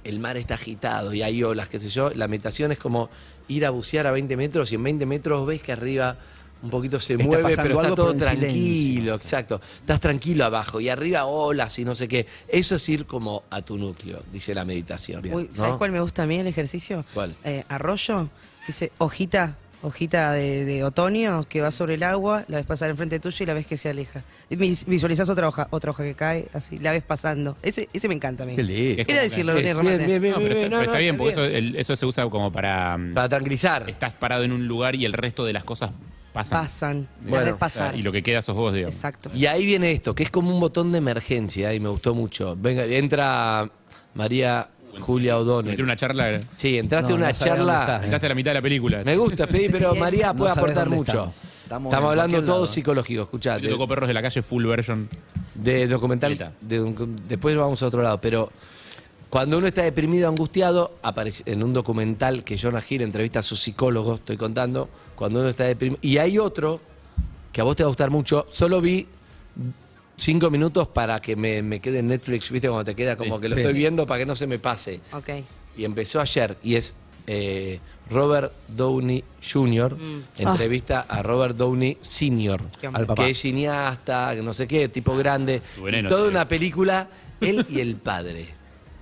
Speaker 7: el mar está agitado y hay olas, qué sé yo. La meditación es como ir a bucear a 20 metros y en 20 metros ves que arriba un poquito se
Speaker 6: Está
Speaker 7: mueve,
Speaker 6: pasando
Speaker 7: pero está
Speaker 6: algo,
Speaker 7: todo
Speaker 6: pero en
Speaker 7: tranquilo, exacto. Estás tranquilo abajo y arriba olas y no sé qué. Eso es ir como a tu núcleo, dice la meditación.
Speaker 2: Uy,
Speaker 7: ¿no?
Speaker 2: ¿Sabes cuál me gusta a mí el ejercicio?
Speaker 7: ¿Cuál?
Speaker 2: Eh, arroyo. Dice, hojita, hojita de, de otoño que va sobre el agua, la ves pasar enfrente tuyo y la ves que se aleja. Y vis- Visualizás otra hoja, otra hoja que cae, así, la ves pasando. Ese, ese me encanta a mí.
Speaker 9: Es
Speaker 2: Quería
Speaker 9: como
Speaker 2: decirlo,
Speaker 9: que-
Speaker 2: Leonel
Speaker 9: Bien,
Speaker 2: Fernández.
Speaker 9: bien, bien, No, pero está, pero
Speaker 2: no, no,
Speaker 9: está bien,
Speaker 2: está
Speaker 9: porque Eso, el- eso se usa como para. mm,
Speaker 7: Para tranquilizar.
Speaker 9: Estás parado en un lugar y el resto de las cosas pasan.
Speaker 2: Pasan.
Speaker 7: Bueno. ves pasar.
Speaker 9: Y lo que queda sos vos, digamos.
Speaker 2: Exacto.
Speaker 7: Y ahí viene esto, que es como un botón de emergencia y me gustó mucho. Venga, entra María Julia
Speaker 9: Se
Speaker 7: O'Donnell.
Speaker 9: metió una charla.
Speaker 7: Sí, entraste
Speaker 9: No,
Speaker 7: a una
Speaker 9: no sabe
Speaker 7: charla.
Speaker 9: dónde estás, Entraste a la mitad de la película.
Speaker 7: Me gusta, Pedí,
Speaker 9: [LAUGHS]
Speaker 7: pero
Speaker 9: Bien.
Speaker 7: María
Speaker 9: No
Speaker 7: puede
Speaker 9: sabes
Speaker 7: aportar
Speaker 9: dónde
Speaker 7: mucho.
Speaker 9: estamos.
Speaker 7: Estamos,
Speaker 9: Estamos en
Speaker 7: hablando
Speaker 9: cualquier
Speaker 7: todo
Speaker 9: lado.
Speaker 7: psicológico, escuchá.
Speaker 9: Te
Speaker 7: de-
Speaker 9: tocó Perros de la Calle, full version.
Speaker 7: de documental. de un- después vamos a otro lado, pero cuando uno está deprimido, angustiado, aparece en un documental que Jonah Hill entrevista a su psicólogo, estoy contando, cuando uno está deprimido. Y hay otro que a vos te va a gustar mucho, solo vi cinco minutos para que me, me quede en Netflix, viste, cuando te queda como
Speaker 2: Sí,
Speaker 7: que lo
Speaker 2: sí.
Speaker 7: estoy viendo para que no se me pase.
Speaker 2: Ok.
Speaker 7: Y empezó ayer, y es eh, Robert Downey Jr.,
Speaker 2: Mm.
Speaker 7: entrevista a Robert Downey Sr.,
Speaker 2: Qué hombre. Ah. Al papá.
Speaker 7: que es cineasta, no sé qué, tipo grande.
Speaker 9: Tu veneno,
Speaker 7: Y toda
Speaker 2: este.
Speaker 9: te
Speaker 7: una película, él y el padre.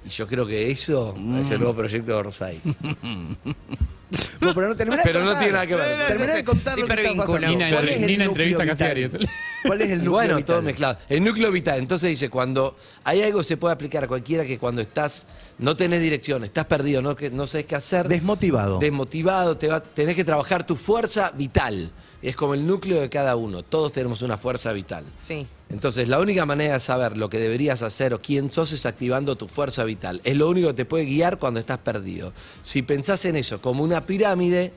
Speaker 7: Y yo creo que eso
Speaker 2: Mm.
Speaker 7: es el nuevo proyecto de Rosay.
Speaker 6: [LAUGHS] Bueno, pero no, terminá de
Speaker 7: Pero no
Speaker 6: contar.
Speaker 7: tiene nada que ver.
Speaker 6: Terminá de contar lo que está
Speaker 7: Hipervínculo.
Speaker 6: pasando.
Speaker 7: Nina-
Speaker 6: ¿Cuál es el
Speaker 7: Nina
Speaker 6: núcleo
Speaker 7: entrevista casi
Speaker 6: vital?
Speaker 7: Aries.
Speaker 6: ¿Cuál es el
Speaker 7: Y
Speaker 6: núcleo
Speaker 7: Bueno,
Speaker 6: vital?
Speaker 7: todo mezclado. El núcleo vital. Entonces dice, cuando hay algo que se puede aplicar a cualquiera que cuando estás, no tenés dirección, estás perdido, no, que, no sabes qué hacer.
Speaker 6: Desmotivado.
Speaker 7: Desmotivado, te va- tenés que trabajar tu fuerza vital. Es como el núcleo de cada uno. Todos tenemos una fuerza vital.
Speaker 2: Sí.
Speaker 7: Entonces, la única manera de saber lo que deberías hacer o quién sos es activando tu fuerza vital. Es lo único que te puede guiar cuando estás perdido. Si pensás en eso como una pirámide,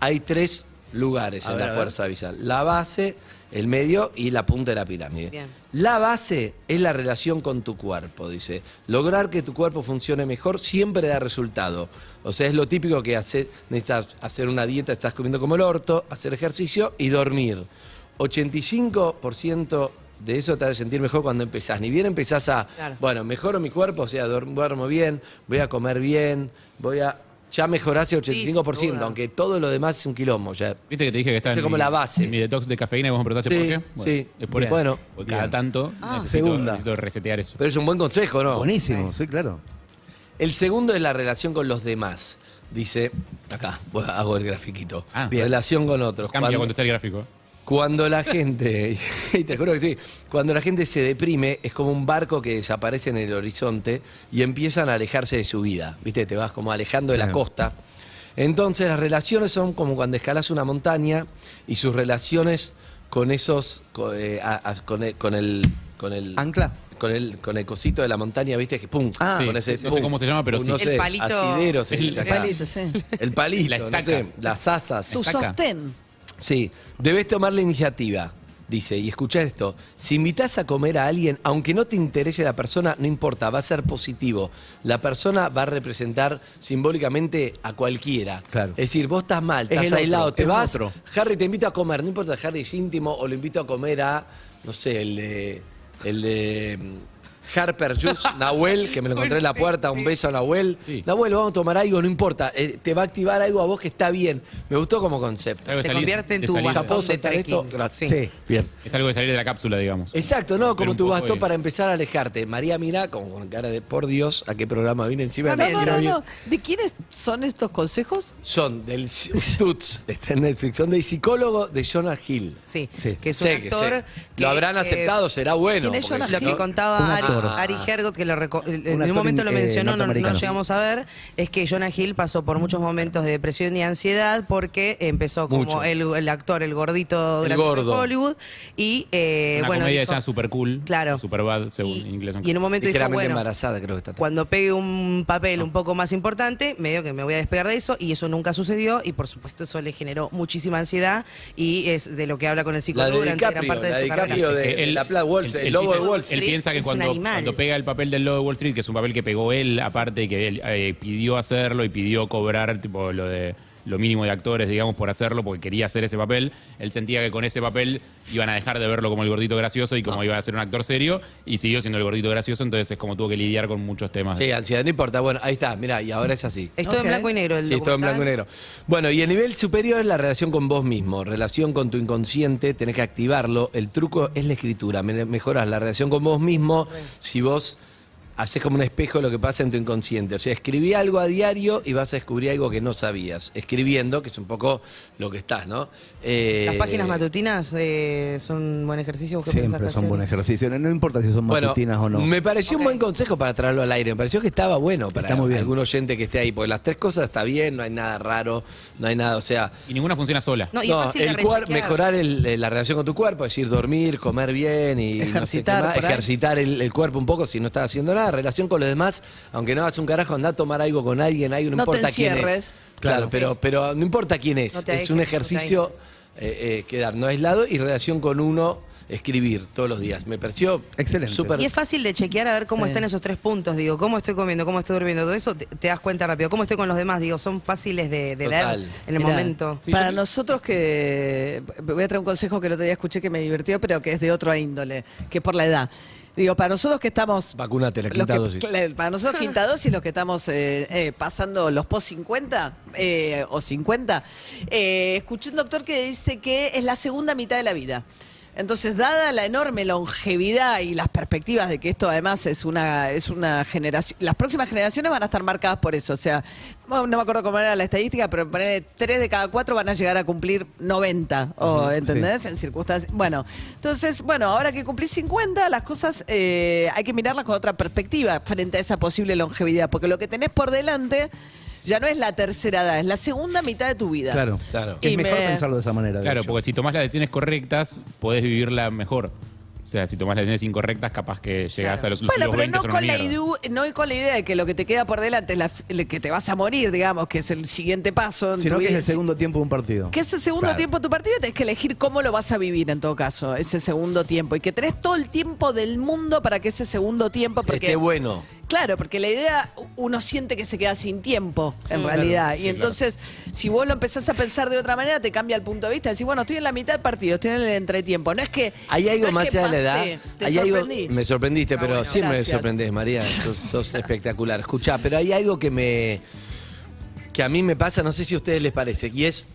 Speaker 7: hay tres lugares
Speaker 6: A
Speaker 7: en
Speaker 6: ver, a
Speaker 7: la
Speaker 6: ver.
Speaker 7: fuerza vital. La base, el medio y la punta de la pirámide.
Speaker 6: Bien.
Speaker 7: La base es la relación con tu cuerpo, dice. Lograr que tu cuerpo funcione mejor siempre da resultado. O sea, es lo típico que haces, necesitas hacer una dieta, estás comiendo como el orto, hacer ejercicio y dormir. 85% de eso te hace sentir mejor cuando empezás. Ni bien empezás a,
Speaker 6: Claro.
Speaker 7: bueno, mejoro mi cuerpo, o sea, duerm- duermo bien, voy a comer bien, voy a... Ya mejorás el
Speaker 9: Sí, sin
Speaker 7: 85%,
Speaker 9: duda.
Speaker 7: aunque todo lo demás es un quilombo. Ya.
Speaker 9: Viste que te dije que está
Speaker 7: Ese
Speaker 9: en
Speaker 7: como
Speaker 9: mi,
Speaker 7: la base.
Speaker 9: en mi detox de cafeína y vos me preguntaste
Speaker 7: Sí,
Speaker 9: por qué.
Speaker 7: sí.
Speaker 9: Es por eso.
Speaker 7: Bueno.
Speaker 9: Porque cada
Speaker 7: Bien.
Speaker 9: tanto
Speaker 7: Ah.
Speaker 9: necesito,
Speaker 7: Segunda.
Speaker 9: necesito resetear eso.
Speaker 7: Pero es un buen consejo, ¿no?
Speaker 6: Buenísimo, sí, claro.
Speaker 7: El segundo es la relación con los demás. Dice, acá, bueno, hago el grafiquito.
Speaker 6: Ah,
Speaker 9: bien.
Speaker 7: relación con otros.
Speaker 9: Cambia cuando está el gráfico.
Speaker 7: Cuando la gente, [LAUGHS] y te juro que sí, cuando la gente se deprime es como un barco que desaparece en el horizonte y empiezan a alejarse de su vida, ¿viste? Te vas como alejando de
Speaker 6: Sí.
Speaker 7: la costa. Entonces las relaciones son como cuando escalas una montaña y sus relaciones con esos, co- eh, a- a- con, el, con el... Con el
Speaker 6: Ancla.
Speaker 7: Con el, con el cosito de la montaña, ¿viste? Que pum,
Speaker 6: Ah.
Speaker 7: con
Speaker 6: Sí,
Speaker 7: ese,
Speaker 6: no sé
Speaker 7: pum,
Speaker 6: cómo se llama, pero
Speaker 7: un,
Speaker 6: sí.
Speaker 7: No
Speaker 6: El
Speaker 7: sé,
Speaker 6: palito-
Speaker 7: asidero se
Speaker 6: El
Speaker 7: dice acá.
Speaker 8: palito, sí.
Speaker 7: El palito,
Speaker 8: La
Speaker 7: no
Speaker 8: estaca.
Speaker 7: sé, las asas.
Speaker 8: Tu sostén.
Speaker 7: Sí, debes tomar la iniciativa, dice, y escucha esto, si invitas a comer a alguien, aunque no te interese la persona, no importa, va a ser positivo. La persona va a representar simbólicamente a cualquiera.
Speaker 6: Claro.
Speaker 7: Es decir, vos estás mal,
Speaker 6: Es
Speaker 7: estás
Speaker 6: el
Speaker 7: aislado,
Speaker 6: otro,
Speaker 7: te
Speaker 6: es
Speaker 7: vas,
Speaker 6: otro.
Speaker 7: Harry te invita a comer, no importa, Harry es íntimo, o lo invito a comer a, no sé, el de... El de Harper
Speaker 6: [LAUGHS]
Speaker 7: Juice, Nahuel, que me lo encontré en la puerta, un beso a Nahuel. Nahuel, vamos a tomar algo, no importa, eh, te va a activar algo a vos que está bien. Me gustó como concepto.
Speaker 9: Algo de
Speaker 2: Se
Speaker 9: salir-
Speaker 2: convierte en
Speaker 9: de
Speaker 2: tu
Speaker 9: salir-
Speaker 7: ¿Ya puedo
Speaker 2: de
Speaker 7: soltar esto?
Speaker 2: trekking.
Speaker 7: Gracias.
Speaker 2: Sí.
Speaker 6: Bien.
Speaker 9: Es algo de salir de la cápsula, digamos.
Speaker 7: Exacto, ¿no? Como
Speaker 9: un
Speaker 7: tu
Speaker 9: poco
Speaker 7: bastón
Speaker 9: de-
Speaker 7: para empezar a alejarte. María Mirá, como con cara de por Dios, ¿a qué programa viene encima?
Speaker 8: No,
Speaker 7: de la
Speaker 8: no,
Speaker 7: quiero
Speaker 8: no,
Speaker 7: ir.
Speaker 8: no. ¿De quiénes son estos consejos?
Speaker 7: Son del Stutz, está en Netflix, son del psicólogo de Jonah Hill.
Speaker 2: Sí,
Speaker 6: Sí.
Speaker 2: que es un
Speaker 7: Sé que
Speaker 2: actor.
Speaker 7: sé. lo habrán
Speaker 2: eh,
Speaker 7: aceptado, será bueno.
Speaker 8: ¿quién es
Speaker 7: porque
Speaker 8: Jonah
Speaker 7: si
Speaker 2: Lo
Speaker 8: Hill?
Speaker 7: no-
Speaker 2: que
Speaker 6: Un
Speaker 2: contaba Ari,
Speaker 6: actor.
Speaker 2: Ari Hergot, que lo reco- el- en
Speaker 6: actor
Speaker 2: un momento lo
Speaker 6: in- eh,
Speaker 2: mencionó, no, no
Speaker 6: norteamericano.
Speaker 2: llegamos a ver, es que Jonah Hill pasó por muchos momentos de depresión y ansiedad porque empezó
Speaker 7: Mucho.
Speaker 2: como el, el actor, el gordito
Speaker 7: El
Speaker 2: gracioso
Speaker 7: gordo.
Speaker 2: de Hollywood y eh,
Speaker 9: Una
Speaker 2: bueno,
Speaker 9: comedia
Speaker 2: dijo-
Speaker 9: ya super cool.
Speaker 2: Claro.
Speaker 9: Super bad, según
Speaker 2: y,
Speaker 9: inglés.
Speaker 2: y en un momento dijo,
Speaker 7: ligeramente
Speaker 2: bueno,
Speaker 7: embarazada, creo que está.
Speaker 2: cuando pegue un papel
Speaker 9: Ah.
Speaker 2: un poco más importante, medio que me voy a despegar de eso y eso nunca sucedió y por supuesto eso le generó muchísima ansiedad y es de lo que habla con el
Speaker 7: La
Speaker 2: psicólogo
Speaker 7: de
Speaker 2: durante gran
Speaker 7: DiCaprio,
Speaker 2: parte de
Speaker 7: la de
Speaker 2: su carrera.
Speaker 7: DiCaprio de,
Speaker 9: Es que
Speaker 7: de
Speaker 9: él-
Speaker 7: la Plaza Wall Street, el, lobo
Speaker 9: chiste
Speaker 7: de
Speaker 9: es-
Speaker 7: Wall
Speaker 9: Él
Speaker 7: Street.
Speaker 9: piensa que
Speaker 2: es un
Speaker 9: cuando,
Speaker 2: animal.
Speaker 9: cuando pega el papel del lobo de Wall Street, que es un papel que pegó él aparte, que él eh, pidió hacerlo y pidió cobrar tipo lo de lo mínimo de actores, digamos, por hacerlo, porque quería hacer ese papel. Él sentía que con ese papel iban a dejar de verlo como el gordito gracioso y como
Speaker 6: Ah.
Speaker 9: iba a ser un actor serio, y siguió siendo el gordito gracioso, entonces es como tuvo que lidiar con muchos temas.
Speaker 7: Sí, ansiedad, no importa. Bueno, ahí está, mirá, y ahora es así.
Speaker 2: Esto en
Speaker 8: Ok.
Speaker 2: blanco y negro. El
Speaker 7: Sí, todo en
Speaker 2: documental.
Speaker 7: blanco y negro. Bueno, y el nivel superior es la relación con vos mismo, relación con tu inconsciente, tenés que activarlo. El truco es la escritura, me- mejoras la relación con vos mismo si vos haces como un espejo lo que pasa en tu inconsciente. O sea, escribí algo a diario y vas a descubrir algo que no sabías. Escribiendo, que es un poco lo que estás, ¿no? Eh,
Speaker 2: Las páginas matutinas eh, son buen ejercicio. ¿Vos qué
Speaker 6: Siempre
Speaker 2: pensás,
Speaker 6: son
Speaker 2: Graciela?
Speaker 6: buen ejercicio. No, no importa si son
Speaker 7: Bueno,
Speaker 6: matutinas o no.
Speaker 7: me pareció un
Speaker 2: Ok.
Speaker 7: buen consejo para traerlo al aire. Me pareció que estaba bueno para
Speaker 6: Está muy bien.
Speaker 7: algún oyente que esté ahí. Porque las tres cosas está bien, no hay nada raro, no hay nada, o sea...
Speaker 9: Y ninguna funciona sola.
Speaker 2: No, y
Speaker 7: No,
Speaker 2: es fácil de
Speaker 7: el cuer-
Speaker 2: rechequear.
Speaker 7: mejorar el- eh, la relación con tu cuerpo, es decir, dormir, comer bien y no sé qué
Speaker 8: Ejercitar,
Speaker 7: más,
Speaker 8: por ahí.
Speaker 7: ejercitar el, el cuerpo un poco si no estás haciendo nada. Relación con los demás, aunque no hagas un carajo, anda a tomar algo con alguien, ahí no,
Speaker 8: No te
Speaker 7: importa quién es.
Speaker 8: encierres.
Speaker 7: Claro,
Speaker 8: Sí.
Speaker 7: pero, pero no importa quién es,
Speaker 2: No te
Speaker 7: es un
Speaker 2: aísles, no te
Speaker 7: ejercicio eh, eh, quedarnos aislado y relación con uno, escribir todos los días. Me pareció
Speaker 6: Excelente.
Speaker 7: súper-
Speaker 2: Y es fácil de chequear a ver cómo
Speaker 8: Sí.
Speaker 2: están esos tres puntos, digo, cómo estoy comiendo, cómo estoy durmiendo, todo eso te, te das cuenta rápido, cómo estoy con los demás, digo, son fáciles de, de leer
Speaker 7: Total.
Speaker 2: en el
Speaker 8: Mirá,
Speaker 2: momento.
Speaker 9: Sí, yo
Speaker 8: para
Speaker 9: sí.
Speaker 8: nosotros que. Voy a traer un consejo que el otro día escuché que me divirtió, pero que es de otra índole, que es por la edad. Digo, para nosotros que estamos.
Speaker 7: Vacunate la
Speaker 8: los
Speaker 7: quinta
Speaker 8: que-
Speaker 7: dosis.
Speaker 8: cla- Para
Speaker 2: [LAUGHS]
Speaker 8: nosotros, quinta dosis, los que estamos eh, eh, pasando los post 50 eh, o 50, eh, escuché un doctor que dice que es la segunda mitad de la vida. Entonces, dada la enorme longevidad y las perspectivas de que esto además es una, es una generación, las próximas generaciones van a estar marcadas por eso. O sea, no no me acuerdo cómo era la estadística, pero ponele, tres de cada cuatro van a llegar a cumplir 90, o, ¿entendés? En circunstancias. Bueno, entonces, bueno, ahora que cumplís 50, las cosas eh, hay que mirarlas con otra perspectiva frente a esa posible longevidad, porque lo que tenés por delante ya no es la tercera edad, es la segunda mitad de tu vida.
Speaker 6: Claro.
Speaker 7: Claro.
Speaker 6: Es
Speaker 8: Y
Speaker 6: mejor
Speaker 8: me-
Speaker 6: pensarlo de esa manera. de
Speaker 9: Claro,
Speaker 6: hecho.
Speaker 9: porque si tomás las decisiones correctas, podés vivirla mejor. O sea, si tomás las decisiones incorrectas, capaz que llegás a los
Speaker 8: Bueno,
Speaker 9: últimos
Speaker 8: pero
Speaker 9: 20
Speaker 8: no
Speaker 9: son una
Speaker 8: con, la
Speaker 9: mierda.
Speaker 8: idea, no con la idea de que lo que te queda por delante es la f- le- que te vas a morir, digamos, que es el siguiente paso. en
Speaker 6: Sino
Speaker 8: tu
Speaker 6: que es
Speaker 8: vida.
Speaker 6: el segundo tiempo de un partido.
Speaker 8: Que ese segundo
Speaker 6: Claro.
Speaker 8: tiempo de tu partido tenés que elegir cómo lo vas a vivir en todo caso, ese segundo tiempo. Y que tenés todo el tiempo del mundo para que ese segundo tiempo. Porque,
Speaker 7: Esté bueno.
Speaker 8: Claro, porque la idea uno siente que se queda sin tiempo, en realidad. y entonces, si vos lo empezás a pensar de otra manera, te cambia el punto de vista. Decís, bueno, estoy en la mitad del partido, estoy en el entretiempo. No es que.
Speaker 7: Hay algo
Speaker 8: no es
Speaker 7: más
Speaker 8: que
Speaker 7: allá de la edad.
Speaker 8: pasé, Te
Speaker 7: hay algo-
Speaker 8: sorprendí. Ah,
Speaker 7: me sorprendiste, pero
Speaker 8: bueno,
Speaker 7: siempre me
Speaker 8: gracias.
Speaker 7: sorprendés,
Speaker 8: [LAUGHS]
Speaker 7: María. Sos, sos espectacular. Escuchá, pero hay algo que me. que a mí me pasa, no sé si a ustedes les parece, y es.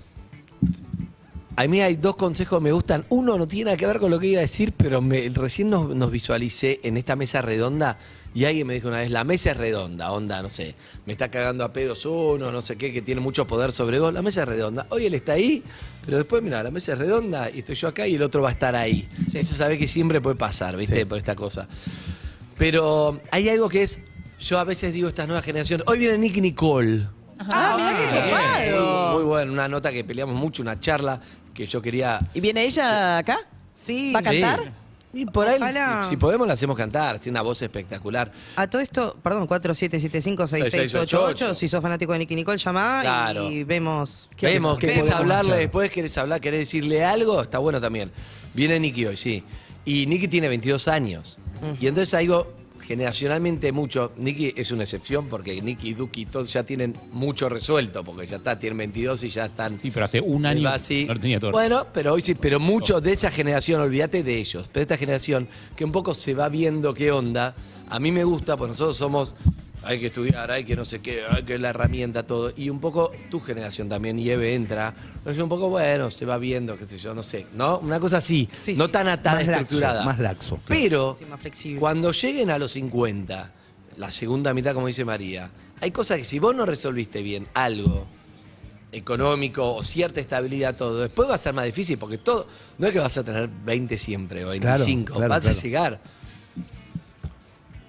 Speaker 7: A mí hay dos consejos que me gustan. Uno no tiene nada que ver con lo que iba a decir, pero me- recién nos, nos visualicé en esta mesa redonda y alguien me dijo una vez, la mesa es redonda, onda, no sé, me está cagando a pedos uno, no sé qué, que tiene mucho poder sobre vos. La mesa es redonda. Hoy él está ahí, pero después, mira, la mesa es redonda y estoy yo acá y el otro va a estar ahí. Eso sabe que siempre puede pasar, ¿viste? Por esta cosa. Pero hay algo que es, yo a veces digo estas nuevas generaciones, hoy viene Nick Nicole.
Speaker 8: Ah, mirá qué copado.
Speaker 7: Muy, muy bueno, una nota que peleamos mucho, una charla que yo quería...
Speaker 8: ¿Y viene ella acá?
Speaker 2: Sí.
Speaker 8: ¿Va a cantar?
Speaker 7: Sí. Y por ahí,
Speaker 2: Ojalá.
Speaker 7: si, si podemos, la hacemos cantar. Tiene una voz espectacular.
Speaker 2: A todo esto, perdón, 47756688, si sos fanático de Nicky Nicole, llamá
Speaker 7: Claro.
Speaker 2: y vemos.
Speaker 7: Vemos,
Speaker 6: ¿Qué
Speaker 7: ¿querés
Speaker 6: podemos
Speaker 7: hablarle
Speaker 6: hacer?
Speaker 7: después? ¿Querés hablar? ¿Querés decirle algo? Está bueno también. Viene Nicky hoy, sí. Y Nicky tiene 22 años. Y entonces algo generacionalmente mucho. Nicky es una excepción porque Nicky, Duki y todos ya tienen mucho resuelto, porque ya está, tienen 22 y ya están. Sí,
Speaker 9: pero hace un año no lo tenía todo.
Speaker 7: Bueno, pero hoy sí, pero muchos de esa generación, olvídate de ellos, pero esta generación que un poco se va viendo qué onda. A mí me gusta, pues nosotros somos. Hay que estudiar, hay que no sé qué, hay que la herramienta, todo. Y un poco tu generación también, y Eve entra. Es un poco, bueno, se va viendo, qué sé yo, no sé. ¿No? Una cosa así,
Speaker 2: Sí,
Speaker 7: no
Speaker 2: sí.
Speaker 7: tan atada,
Speaker 6: Más laxo,
Speaker 7: estructurada.
Speaker 6: más laxo, claro.
Speaker 7: Pero
Speaker 2: Sí, más flexible.
Speaker 7: cuando lleguen a los 50, la segunda mitad, como dice María, hay cosas que si vos no resolviste bien algo económico o cierta estabilidad, todo, después va a ser más difícil porque todo, no es que vas a tener 20 siempre o 25,
Speaker 6: claro,
Speaker 7: vas
Speaker 6: claro.
Speaker 7: a llegar.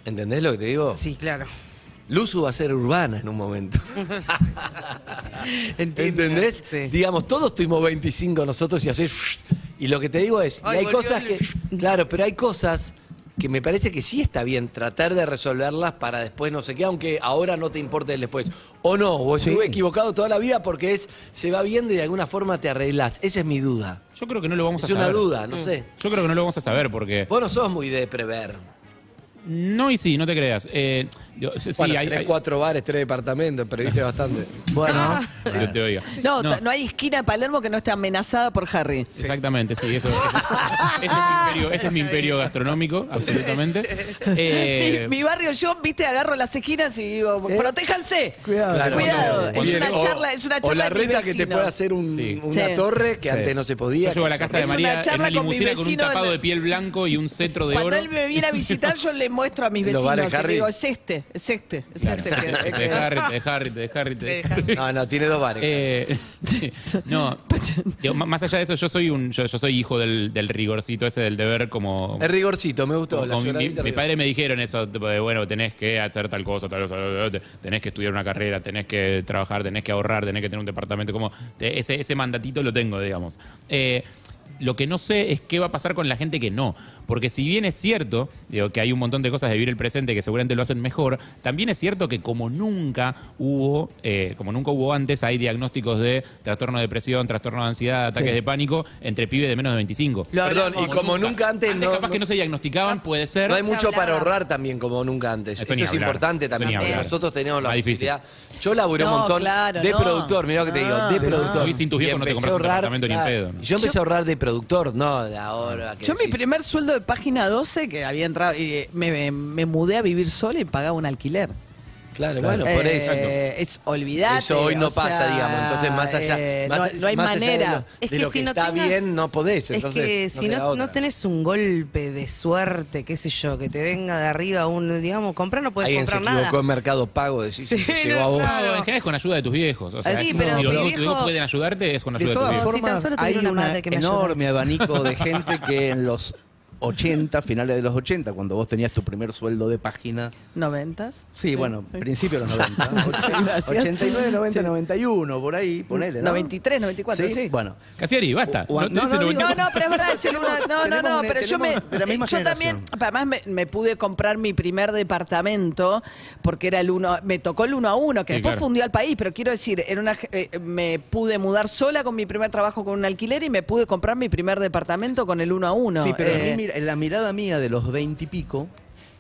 Speaker 7: ¿Entendés lo que te digo?
Speaker 2: Sí,
Speaker 7: [LAUGHS]
Speaker 2: claro.
Speaker 7: Luzu va a ser urbana en un momento.
Speaker 2: Entiendo.
Speaker 7: ¿Entendés?
Speaker 2: Sí.
Speaker 7: Digamos, todos tuvimos 25 nosotros y haces. Y lo que te digo es, y
Speaker 2: Ay,
Speaker 7: hay
Speaker 2: volvió
Speaker 7: cosas
Speaker 2: el-
Speaker 7: que.
Speaker 9: [LAUGHS]
Speaker 7: Claro, pero hay cosas que me parece que sí está bien tratar de resolverlas para después no sé qué, aunque ahora no te importe el después. O no, o estuve equivocado toda la vida porque es se va viendo y de alguna forma te arreglás. Esa es mi duda.
Speaker 9: Yo creo que no lo vamos
Speaker 7: Es
Speaker 9: a
Speaker 7: una
Speaker 9: saber. Mm.
Speaker 7: duda, no sé.
Speaker 9: Yo creo que no lo vamos a saber porque.
Speaker 7: Vos no sos muy de prever.
Speaker 9: No y sí, no te creas. Eh, yo- [LAUGHS] sí,
Speaker 7: bueno,
Speaker 9: hay.
Speaker 7: tenés
Speaker 9: hay-
Speaker 7: cuatro bares, tres departamentos, previste bastante.
Speaker 9: [LAUGHS]
Speaker 6: Bueno,
Speaker 9: Yo te oiga.
Speaker 8: No, ta- no. hay esquina de Palermo que no esté amenazada por Harry.
Speaker 9: Exactamente, sí,
Speaker 8: [LAUGHS]
Speaker 9: eso. eso- ese, es mi imperio, ese es mi imperio gastronómico, absolutamente. Eh,
Speaker 8: mi, mi barrio, yo, viste, agarro las esquinas y digo, protéjanse.
Speaker 6: cuidado.
Speaker 7: Claro,
Speaker 8: Cuidado,
Speaker 9: cuando-
Speaker 8: es una
Speaker 9: cuando-
Speaker 8: charla, es una
Speaker 7: O
Speaker 8: charla
Speaker 7: la
Speaker 8: de mi
Speaker 7: reta que te
Speaker 8: vecino.
Speaker 7: puede hacer un-
Speaker 9: Sí.
Speaker 7: una
Speaker 8: Sí.
Speaker 7: torre que
Speaker 9: Sí.
Speaker 7: antes no se podía.
Speaker 9: Yo llego a la
Speaker 7: que es
Speaker 9: casa de
Speaker 8: Es una
Speaker 9: María en
Speaker 8: charla
Speaker 9: una
Speaker 8: con mi
Speaker 9: limusina con un
Speaker 8: vecino
Speaker 9: tapado
Speaker 8: en-
Speaker 9: de piel blanco y un cetro de
Speaker 8: Cuando
Speaker 9: oro.
Speaker 8: él me viene a visitar, yo le muestro a mis
Speaker 7: ¿Lo
Speaker 8: vecinos.
Speaker 7: vale
Speaker 8: y le
Speaker 7: Harry?
Speaker 8: digo, es este, es este, es
Speaker 9: [LAUGHS]
Speaker 8: este.
Speaker 9: Claro,
Speaker 8: que-
Speaker 9: te
Speaker 8: que-
Speaker 9: deja Harry, te deja Harry, te deja Harry, te deja Harry.
Speaker 7: No, no, tiene dos bares.
Speaker 9: Eh, sí, no, Digo, m- más allá de eso, yo soy un, yo, yo soy hijo del, del rigorcito ese del deber como,
Speaker 7: Es rigorcito, me gustó.
Speaker 9: como-
Speaker 7: la
Speaker 9: como mi,
Speaker 7: lloradita
Speaker 9: mi
Speaker 7: rigor-
Speaker 9: padre me dijeron eso, tipo de, bueno, tenés que hacer tal cosa, tal cosa, tal cosa, te- tenés que estudiar una carrera, tenés que trabajar, tenés que ahorrar, tenés que tener un departamento, como te- ese, ese mandatito lo tengo, digamos. Eh, lo que no sé es qué va a pasar con la gente que no. Porque si bien es cierto digo, que hay un montón de cosas de vivir el presente que seguramente lo hacen mejor, también es cierto que como nunca hubo, eh, como nunca hubo antes, hay diagnósticos de trastorno de depresión, trastorno de ansiedad, ataques de pánico entre pibes de menos de 25.
Speaker 7: Lo Perdón, y como nunca antes, no,
Speaker 9: capaz que no se
Speaker 8: Ah,
Speaker 9: diagnosticaban, puede ser.
Speaker 7: no hay
Speaker 2: se
Speaker 7: mucho para
Speaker 2: hablaba.
Speaker 7: ahorrar también como nunca antes.
Speaker 9: Eso
Speaker 7: Eso,
Speaker 9: ni
Speaker 7: es
Speaker 9: hablar,
Speaker 7: importante
Speaker 9: eso ni
Speaker 7: también. porque
Speaker 9: hablar.
Speaker 7: Nosotros teníamos la
Speaker 9: Más difícil.
Speaker 7: posibilidad. Yo laburé
Speaker 8: No,
Speaker 7: un montón
Speaker 8: claro,
Speaker 7: de
Speaker 8: no.
Speaker 7: productor, mirá lo que te digo, de
Speaker 8: Sí,
Speaker 7: productor.
Speaker 9: no. Y sin tus viejos no te
Speaker 7: empecé
Speaker 9: compras
Speaker 7: a
Speaker 9: un departamento ni en pedo, ¿no?
Speaker 7: Yo empecé a ahorrar de productor, no de ahora. que
Speaker 8: Yo mi
Speaker 7: decís.
Speaker 8: primer sueldo de página 12, que había entrado, y me, me- me mudé a vivir sola y pagaba un alquiler.
Speaker 7: Claro, bueno, por
Speaker 8: Eh,
Speaker 7: eso.
Speaker 8: Es olvidate.
Speaker 7: Eso hoy no
Speaker 8: o
Speaker 7: pasa,
Speaker 8: sea,
Speaker 7: digamos. Entonces, más allá.
Speaker 8: eh,
Speaker 7: más-
Speaker 8: no, no hay
Speaker 7: más allá de
Speaker 8: manera.
Speaker 7: lo-
Speaker 2: Es
Speaker 7: de
Speaker 2: que
Speaker 7: lo
Speaker 2: si
Speaker 7: que
Speaker 2: no
Speaker 7: está
Speaker 2: tengas-
Speaker 7: bien, no podés. Entonces,
Speaker 2: es que si
Speaker 7: queda
Speaker 2: no, no
Speaker 7: otra.
Speaker 2: tenés un golpe de suerte, qué sé yo, que te venga de arriba un, digamos, comprar no puedes
Speaker 7: Alguien se
Speaker 2: comprar
Speaker 7: equivocó
Speaker 2: nada.
Speaker 7: en Mercado Pago, decís
Speaker 2: Sí,
Speaker 7: que llegó
Speaker 2: no,
Speaker 7: a vos.
Speaker 2: no.
Speaker 9: Pero en general es con ayuda de tus viejos. O sea,
Speaker 2: Sí,
Speaker 9: si
Speaker 2: pero
Speaker 9: los
Speaker 2: mi
Speaker 9: viejos tuyos
Speaker 2: viejo-
Speaker 9: pueden ayudarte, es con ayuda
Speaker 6: De
Speaker 9: de, tus
Speaker 6: todas
Speaker 9: viejos.
Speaker 2: Si tan
Speaker 6: formas,
Speaker 2: solo
Speaker 6: hay
Speaker 2: tuviera una
Speaker 6: una
Speaker 2: madre que me
Speaker 6: enorme abanico de gente que en los 80, finales de los 80, cuando vos tenías tu primer sueldo de página.
Speaker 8: ¿Noventas?
Speaker 6: Sí, bueno, principio de los 90.
Speaker 8: [LAUGHS] Sí,
Speaker 6: [LAUGHS]
Speaker 8: gracias.
Speaker 6: 89, 90, 91, por ahí, ponele, ¿no?
Speaker 8: 93, 94, sí.
Speaker 6: Bueno.
Speaker 9: Casieri, basta.
Speaker 6: O- o-
Speaker 9: no, te
Speaker 6: no,
Speaker 9: dice
Speaker 6: no,
Speaker 9: lo-
Speaker 6: digo-
Speaker 8: No, no, pero es verdad, es el una- No,
Speaker 6: [LAUGHS]
Speaker 8: no,
Speaker 6: Tenemos
Speaker 8: no,
Speaker 6: una-
Speaker 8: pero yo me. eh,
Speaker 6: tenemos de la misma
Speaker 8: yo también,
Speaker 6: generación.
Speaker 8: además me, me pude comprar mi primer departamento porque era el uno. Me tocó el uno a uno, que
Speaker 9: Sí,
Speaker 8: después
Speaker 9: claro.
Speaker 8: fundió al país, pero quiero decir, en una, eh, me pude mudar sola con mi primer trabajo con un alquiler y me pude comprar mi primer departamento con el uno a uno.
Speaker 6: sí, pero a
Speaker 8: Eh,
Speaker 6: mí, mira, en la mirada mía de los 20 y pico,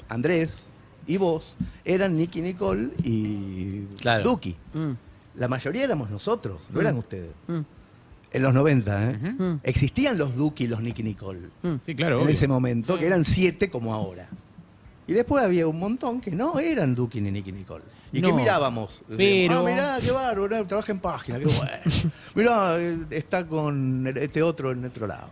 Speaker 6: Andrés y vos eran Nicky Nicole y
Speaker 7: Claro.
Speaker 6: Duki.
Speaker 8: Mm.
Speaker 6: La mayoría éramos nosotros, no eran ustedes. En los 90, ¿eh?
Speaker 8: mm.
Speaker 6: Existían los Duki y los Nicky Nicole.
Speaker 9: Sí, claro.
Speaker 6: en
Speaker 9: obvio.
Speaker 6: ese momento, que eran siete como ahora. Y después había un montón que no eran Duki ni Nicky Nicole. ¿Y
Speaker 9: No,
Speaker 6: que mirábamos?
Speaker 9: pero-
Speaker 6: Decíamos, ah, mirá, qué bárbaro, eh, trabaja en página,
Speaker 9: [LAUGHS]
Speaker 6: qué bueno. mirá, eh, está con el- este otro en otro lado.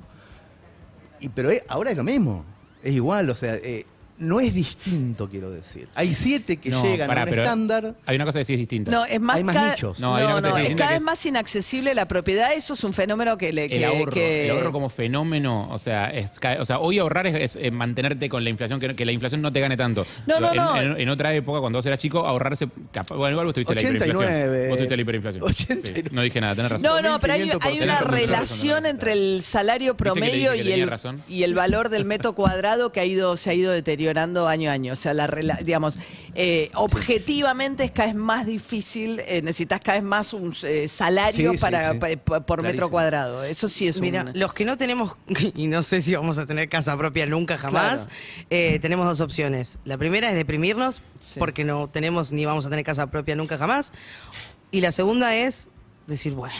Speaker 6: Y, pero eh, ahora es lo mismo. Es igual, o sea, eh, no es distinto, quiero decir. Hay siete que
Speaker 9: No,
Speaker 6: llegan
Speaker 9: pará,
Speaker 6: a un
Speaker 9: pero
Speaker 6: estándar.
Speaker 9: Hay una cosa que sí es distinta.
Speaker 8: No, es más,
Speaker 6: Hay más
Speaker 8: cada-
Speaker 6: nichos.
Speaker 9: No, hay una
Speaker 8: no,
Speaker 9: cosa
Speaker 8: no, es
Speaker 9: distinta
Speaker 8: cada
Speaker 9: que
Speaker 8: vez
Speaker 9: es-
Speaker 8: más inaccesible la propiedad. Eso es un fenómeno que le.
Speaker 9: el
Speaker 8: Eh, que-
Speaker 9: ahorro,
Speaker 8: que-
Speaker 9: el ahorro como fenómeno, o sea, es ca- o sea hoy ahorrar es, es, eh, mantenerte con la inflación, que, no- que la inflación no te gane tanto.
Speaker 8: No,
Speaker 9: Digo,
Speaker 8: no,
Speaker 9: en,
Speaker 8: no.
Speaker 9: En, en otra época, cuando vos eras chico, ahorrarse, capaz- bueno, igual vos tuviste la
Speaker 6: 89.
Speaker 9: hiperinflación. Vos tuviste la hiperinflación.
Speaker 6: 89.
Speaker 9: Sí, no dije nada, tenés razón.
Speaker 8: No, no, pero hay,
Speaker 6: 2.500%
Speaker 8: hay una
Speaker 9: Tenés razón,
Speaker 8: relación
Speaker 9: razón,
Speaker 8: entre el salario
Speaker 9: que le dije
Speaker 8: promedio
Speaker 9: que
Speaker 8: y
Speaker 9: tenía
Speaker 8: el,
Speaker 9: razón?
Speaker 8: y el valor del metro cuadrado que ha ido, se ha ido deteriorando año a año. O sea, la rela- digamos, eh, objetivamente es cada vez más difícil, eh, necesitas cada vez más un eh, salario
Speaker 2: Sí, sí,
Speaker 8: para,
Speaker 2: sí.
Speaker 8: pa- pa- por metro
Speaker 2: Clarísimo.
Speaker 8: cuadrado. Eso sí es
Speaker 2: Mira,
Speaker 8: un...
Speaker 2: los que no tenemos, y no sé si vamos a tener casa propia nunca jamás,
Speaker 8: Claro.
Speaker 2: eh, tenemos dos opciones. La primera es deprimirnos, porque no tenemos ni vamos a tener casa propia nunca jamás. Y la segunda es decir, bueno,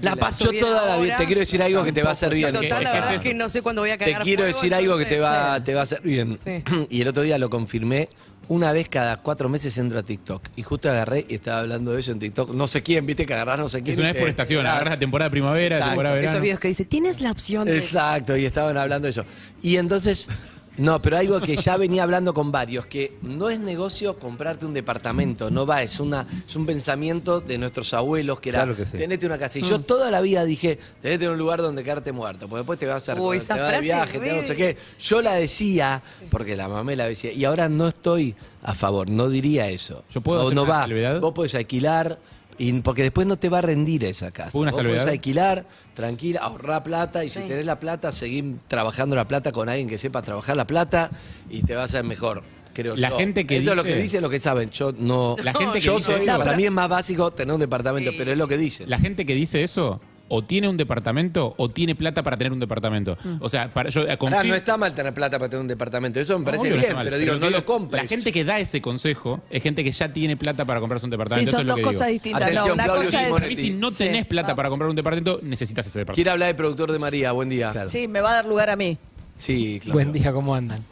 Speaker 2: la paso
Speaker 7: Yo
Speaker 2: bien
Speaker 7: toda la vida
Speaker 2: ahora.
Speaker 7: te quiero decir algo que te va a hacer bien.
Speaker 2: Total, la verdad es que no sé cuándo voy a
Speaker 7: Te
Speaker 2: cagar
Speaker 7: quiero
Speaker 2: fuego,
Speaker 7: decir algo que te
Speaker 2: entonces,
Speaker 7: va, te va a hacer bien.
Speaker 2: Sí.
Speaker 7: [CLEARS THROAT] Y el otro día lo confirmé. Una vez cada cuatro meses entro a TikTok. Y justo agarré y estaba hablando de eso en TikTok. No sé quién, viste que agarrás no sé quién.
Speaker 9: Es una vez por
Speaker 7: eh,
Speaker 9: estación,
Speaker 7: agarrás.
Speaker 9: agarras la temporada de primavera,
Speaker 7: Exacto.
Speaker 9: temporada de verano.
Speaker 2: Esos videos que dice, tienes la opción de...
Speaker 7: Exacto, y estaban hablando de eso. Y entonces, no, pero algo que ya venía hablando con varios, que no es negocio comprarte un departamento, no va, es, una, es un pensamiento de nuestros abuelos que era,
Speaker 6: Claro que sí.
Speaker 7: tenete una casa. Y
Speaker 2: Mm.
Speaker 7: yo toda la vida dije, tenete un lugar donde quedarte muerto, porque después te vas a hacer
Speaker 2: Uy, esa
Speaker 7: te vas de
Speaker 2: frase
Speaker 7: viaje, te vas no sé qué. Yo la decía, porque la mamá me la decía, y ahora no estoy a favor, no diría eso. Yo
Speaker 9: puedo hacer
Speaker 7: no
Speaker 9: una
Speaker 7: va,
Speaker 9: salvedad?
Speaker 7: vos podés alquilar, y, porque después no te va a rendir esa casa.
Speaker 9: ¿Una
Speaker 7: Vos podés
Speaker 9: salvedad?
Speaker 7: alquilar, tranquila, ahorrar plata y si tenés la plata, seguí trabajando la plata con alguien que sepa trabajar la plata y te va a ser mejor. Creo
Speaker 9: La
Speaker 7: yo.
Speaker 9: gente que
Speaker 7: Esto es lo que
Speaker 9: dice-
Speaker 7: dicen los que saben. Yo no.
Speaker 9: [LAUGHS] La gente que
Speaker 7: yo
Speaker 9: dice
Speaker 7: soy-
Speaker 9: eso-
Speaker 7: Para mí es más básico tener un departamento, pero es lo que dicen.
Speaker 9: La gente que dice eso o tiene un departamento o tiene plata para tener un departamento. O sea, para, yo eh,
Speaker 7: Pará,
Speaker 9: confirmo-
Speaker 7: no está mal tener plata para tener un departamento. Eso me parece
Speaker 9: Obvio que
Speaker 7: bien,
Speaker 9: está mal,
Speaker 7: pero digo, no lo compres.
Speaker 9: La gente que da ese consejo es gente que ya tiene plata para comprarse un departamento.
Speaker 8: Sí,
Speaker 9: Eso
Speaker 8: son
Speaker 9: es lo
Speaker 8: dos
Speaker 9: que
Speaker 8: cosas
Speaker 9: digo.
Speaker 8: distintas. Atención, No, una Claudio cosa es- Simonetti.
Speaker 9: Y si no tenés plata para comprar un departamento, necesitas ese departamento.
Speaker 7: Quiero hablar del productor de María. Buen día.
Speaker 8: Sí, me va a dar lugar a mí.
Speaker 7: Sí, claro.
Speaker 3: Buen día, ¿cómo andan?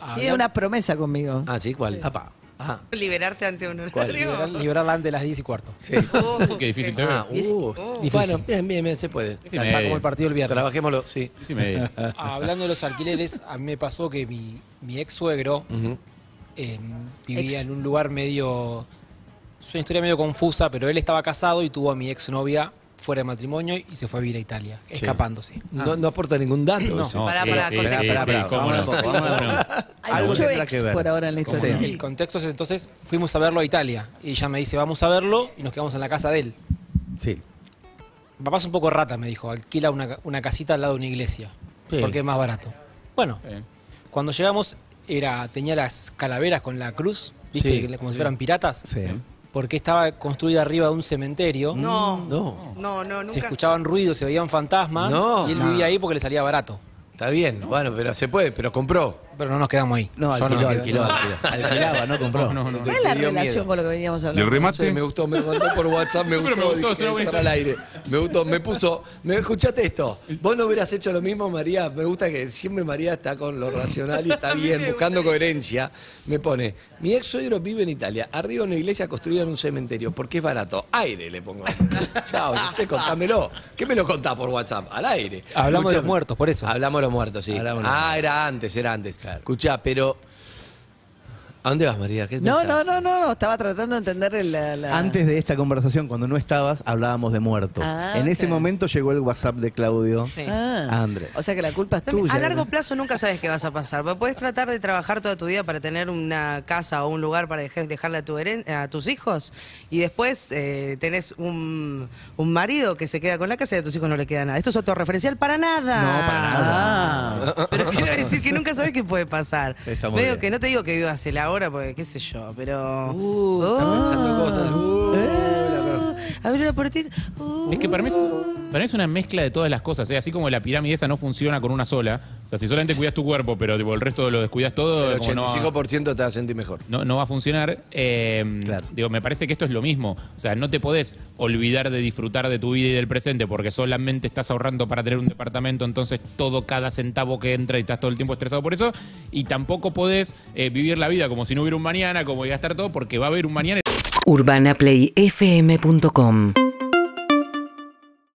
Speaker 9: Ah,
Speaker 8: Tiene una promesa conmigo.
Speaker 7: Ah, sí, ¿cuál?
Speaker 3: Ah,
Speaker 2: Liberarte ante un Oh,
Speaker 3: ¿cuál? Liberar, liberarla antes de las 10 y cuarto.
Speaker 7: Sí. [LAUGHS]
Speaker 9: Qué difícil te
Speaker 7: Ah,
Speaker 9: veo.
Speaker 7: uh,
Speaker 3: Difícil.
Speaker 7: Bueno, bien, bien, bien, se puede.
Speaker 3: y media. Está como el partido el viernes.
Speaker 7: Trabajémoslo, sí.
Speaker 9: y media.
Speaker 3: Hablando de los alquileres, a mí me pasó que mi, mi ex suegro
Speaker 7: Ujú.
Speaker 3: eh, vivía
Speaker 8: Ex.
Speaker 3: en un lugar medio. Es una historia medio confusa, pero él estaba casado y tuvo a mi ex novia fuera de matrimonio y se fue a vivir a Italia, escapándose.
Speaker 7: No, no aporta ningún dato.
Speaker 3: No.
Speaker 7: eso.
Speaker 2: Pará, pará, contexto.
Speaker 8: Hay mucho ex por ahora en la
Speaker 3: Como
Speaker 8: historia.
Speaker 3: El contexto es entonces, fuimos a verlo a Italia. Y ella me dice, vamos a verlo y nos quedamos en la casa de él.
Speaker 6: Sí.
Speaker 3: Mi Papá es un poco rata, me dijo, alquila una, ca- una casita al lado de una iglesia,
Speaker 6: Sí.
Speaker 3: porque es más barato. Bueno,
Speaker 9: Bien.
Speaker 3: cuando llegamos era tenía las calaveras con la cruz, ¿viste?
Speaker 6: Sí.
Speaker 3: Que- Como si fueran piratas. Porque estaba construida arriba de un cementerio.
Speaker 2: No,
Speaker 7: No,
Speaker 2: no, no,
Speaker 3: Se
Speaker 2: nunca.
Speaker 3: escuchaban ruidos, se veían fantasmas.
Speaker 7: No. Ah,
Speaker 3: Y él vivía ahí porque le salía barato.
Speaker 7: está bien. Bueno, pero se puede, pero compró.
Speaker 3: Pero no nos quedamos ahí.
Speaker 6: No,
Speaker 3: Yo
Speaker 6: alquiló,
Speaker 3: me quedé.
Speaker 6: alquiló, alquiló. Alquilaba, no compró.
Speaker 9: No, no, no.
Speaker 8: ¿Cuál es la
Speaker 7: Te dio
Speaker 8: relación
Speaker 7: miedo.
Speaker 8: con lo que veníamos
Speaker 7: No
Speaker 8: hablando?
Speaker 7: sé, me gustó, me mandó por
Speaker 9: [LAUGHS]
Speaker 7: WhatsApp, me
Speaker 9: Sí,
Speaker 7: gustó.
Speaker 9: pero me gustó,
Speaker 7: dije,
Speaker 9: es una buena
Speaker 7: para el aire. Me gustó, me puso. Me, escuchate esto. Vos no hubieras hecho lo mismo, María. Me gusta que siempre María está con lo racional
Speaker 9: [LAUGHS]
Speaker 7: y está bien, buscando coherencia. Me pone, mi ex suegro vive en Italia, arriba en una iglesia construida en un cementerio, porque es barato. Aire le
Speaker 9: [LAUGHS]
Speaker 7: pongo. Chao, no sé, contámelo. ¿Qué me lo contás por WhatsApp? Al aire.
Speaker 3: Hablamos de los
Speaker 7: Escuchame.
Speaker 3: muertos, por eso.
Speaker 7: Hablamos de los muertos, sí.
Speaker 6: Hablamos de los
Speaker 7: Ah, era antes, era antes. Escuchá, pero. ¿A dónde vas, María? ¿Qué
Speaker 8: No, no,
Speaker 7: pensás?
Speaker 8: no, no, no, estaba tratando de entender el- la... la-
Speaker 6: Antes de esta conversación, cuando no estabas, hablábamos de muertos.
Speaker 8: Ah,
Speaker 6: en ese
Speaker 8: ok.
Speaker 6: momento llegó el WhatsApp de Claudio.
Speaker 2: Sí.
Speaker 8: Ah,
Speaker 6: Andrés.
Speaker 8: o sea que la culpa es tuya.
Speaker 2: A largo plazo nunca sabes qué vas a pasar. pero Puedes tratar de trabajar toda tu vida para tener una casa o un lugar para dej- dejarle a, tu heren- a tus hijos y después eh, tenés un, un marido que se queda con la casa y a tus hijos no le queda nada. Esto es autorreferencial para nada. No, para
Speaker 8: Ah,
Speaker 2: Pero quiero decir que nunca sabes qué puede pasar.
Speaker 6: Está muy
Speaker 2: Medio
Speaker 6: bien.
Speaker 2: que no te digo que vivas el ahora porque qué sé yo, pero...
Speaker 7: Está pensando
Speaker 2: Oh.
Speaker 9: Ah.
Speaker 7: cosas. Uh, la conozco.
Speaker 9: Eh.
Speaker 2: Abrir la puertita. Uh.
Speaker 9: Es que para mí es, para mí es una mezcla de todas las cosas. ¿eh? Así como la pirámide esa no funciona con una sola. O sea, si solamente cuidas tu cuerpo, pero tipo, el resto lo descuidas todo,
Speaker 7: El
Speaker 9: como no va-
Speaker 7: 85% te va a sentir mejor.
Speaker 9: no, no va a funcionar. Eh,
Speaker 6: Claro.
Speaker 9: Digo, me parece que esto es lo mismo. O sea, no te podés olvidar de disfrutar de tu vida y del presente porque solamente estás ahorrando para tener un departamento, entonces todo cada centavo que entra y estás todo el tiempo estresado por eso. Y tampoco podés eh, vivir la vida como si no hubiera un mañana, como y gastar todo, porque va a haber un mañana.
Speaker 11: urbanaplayfm.com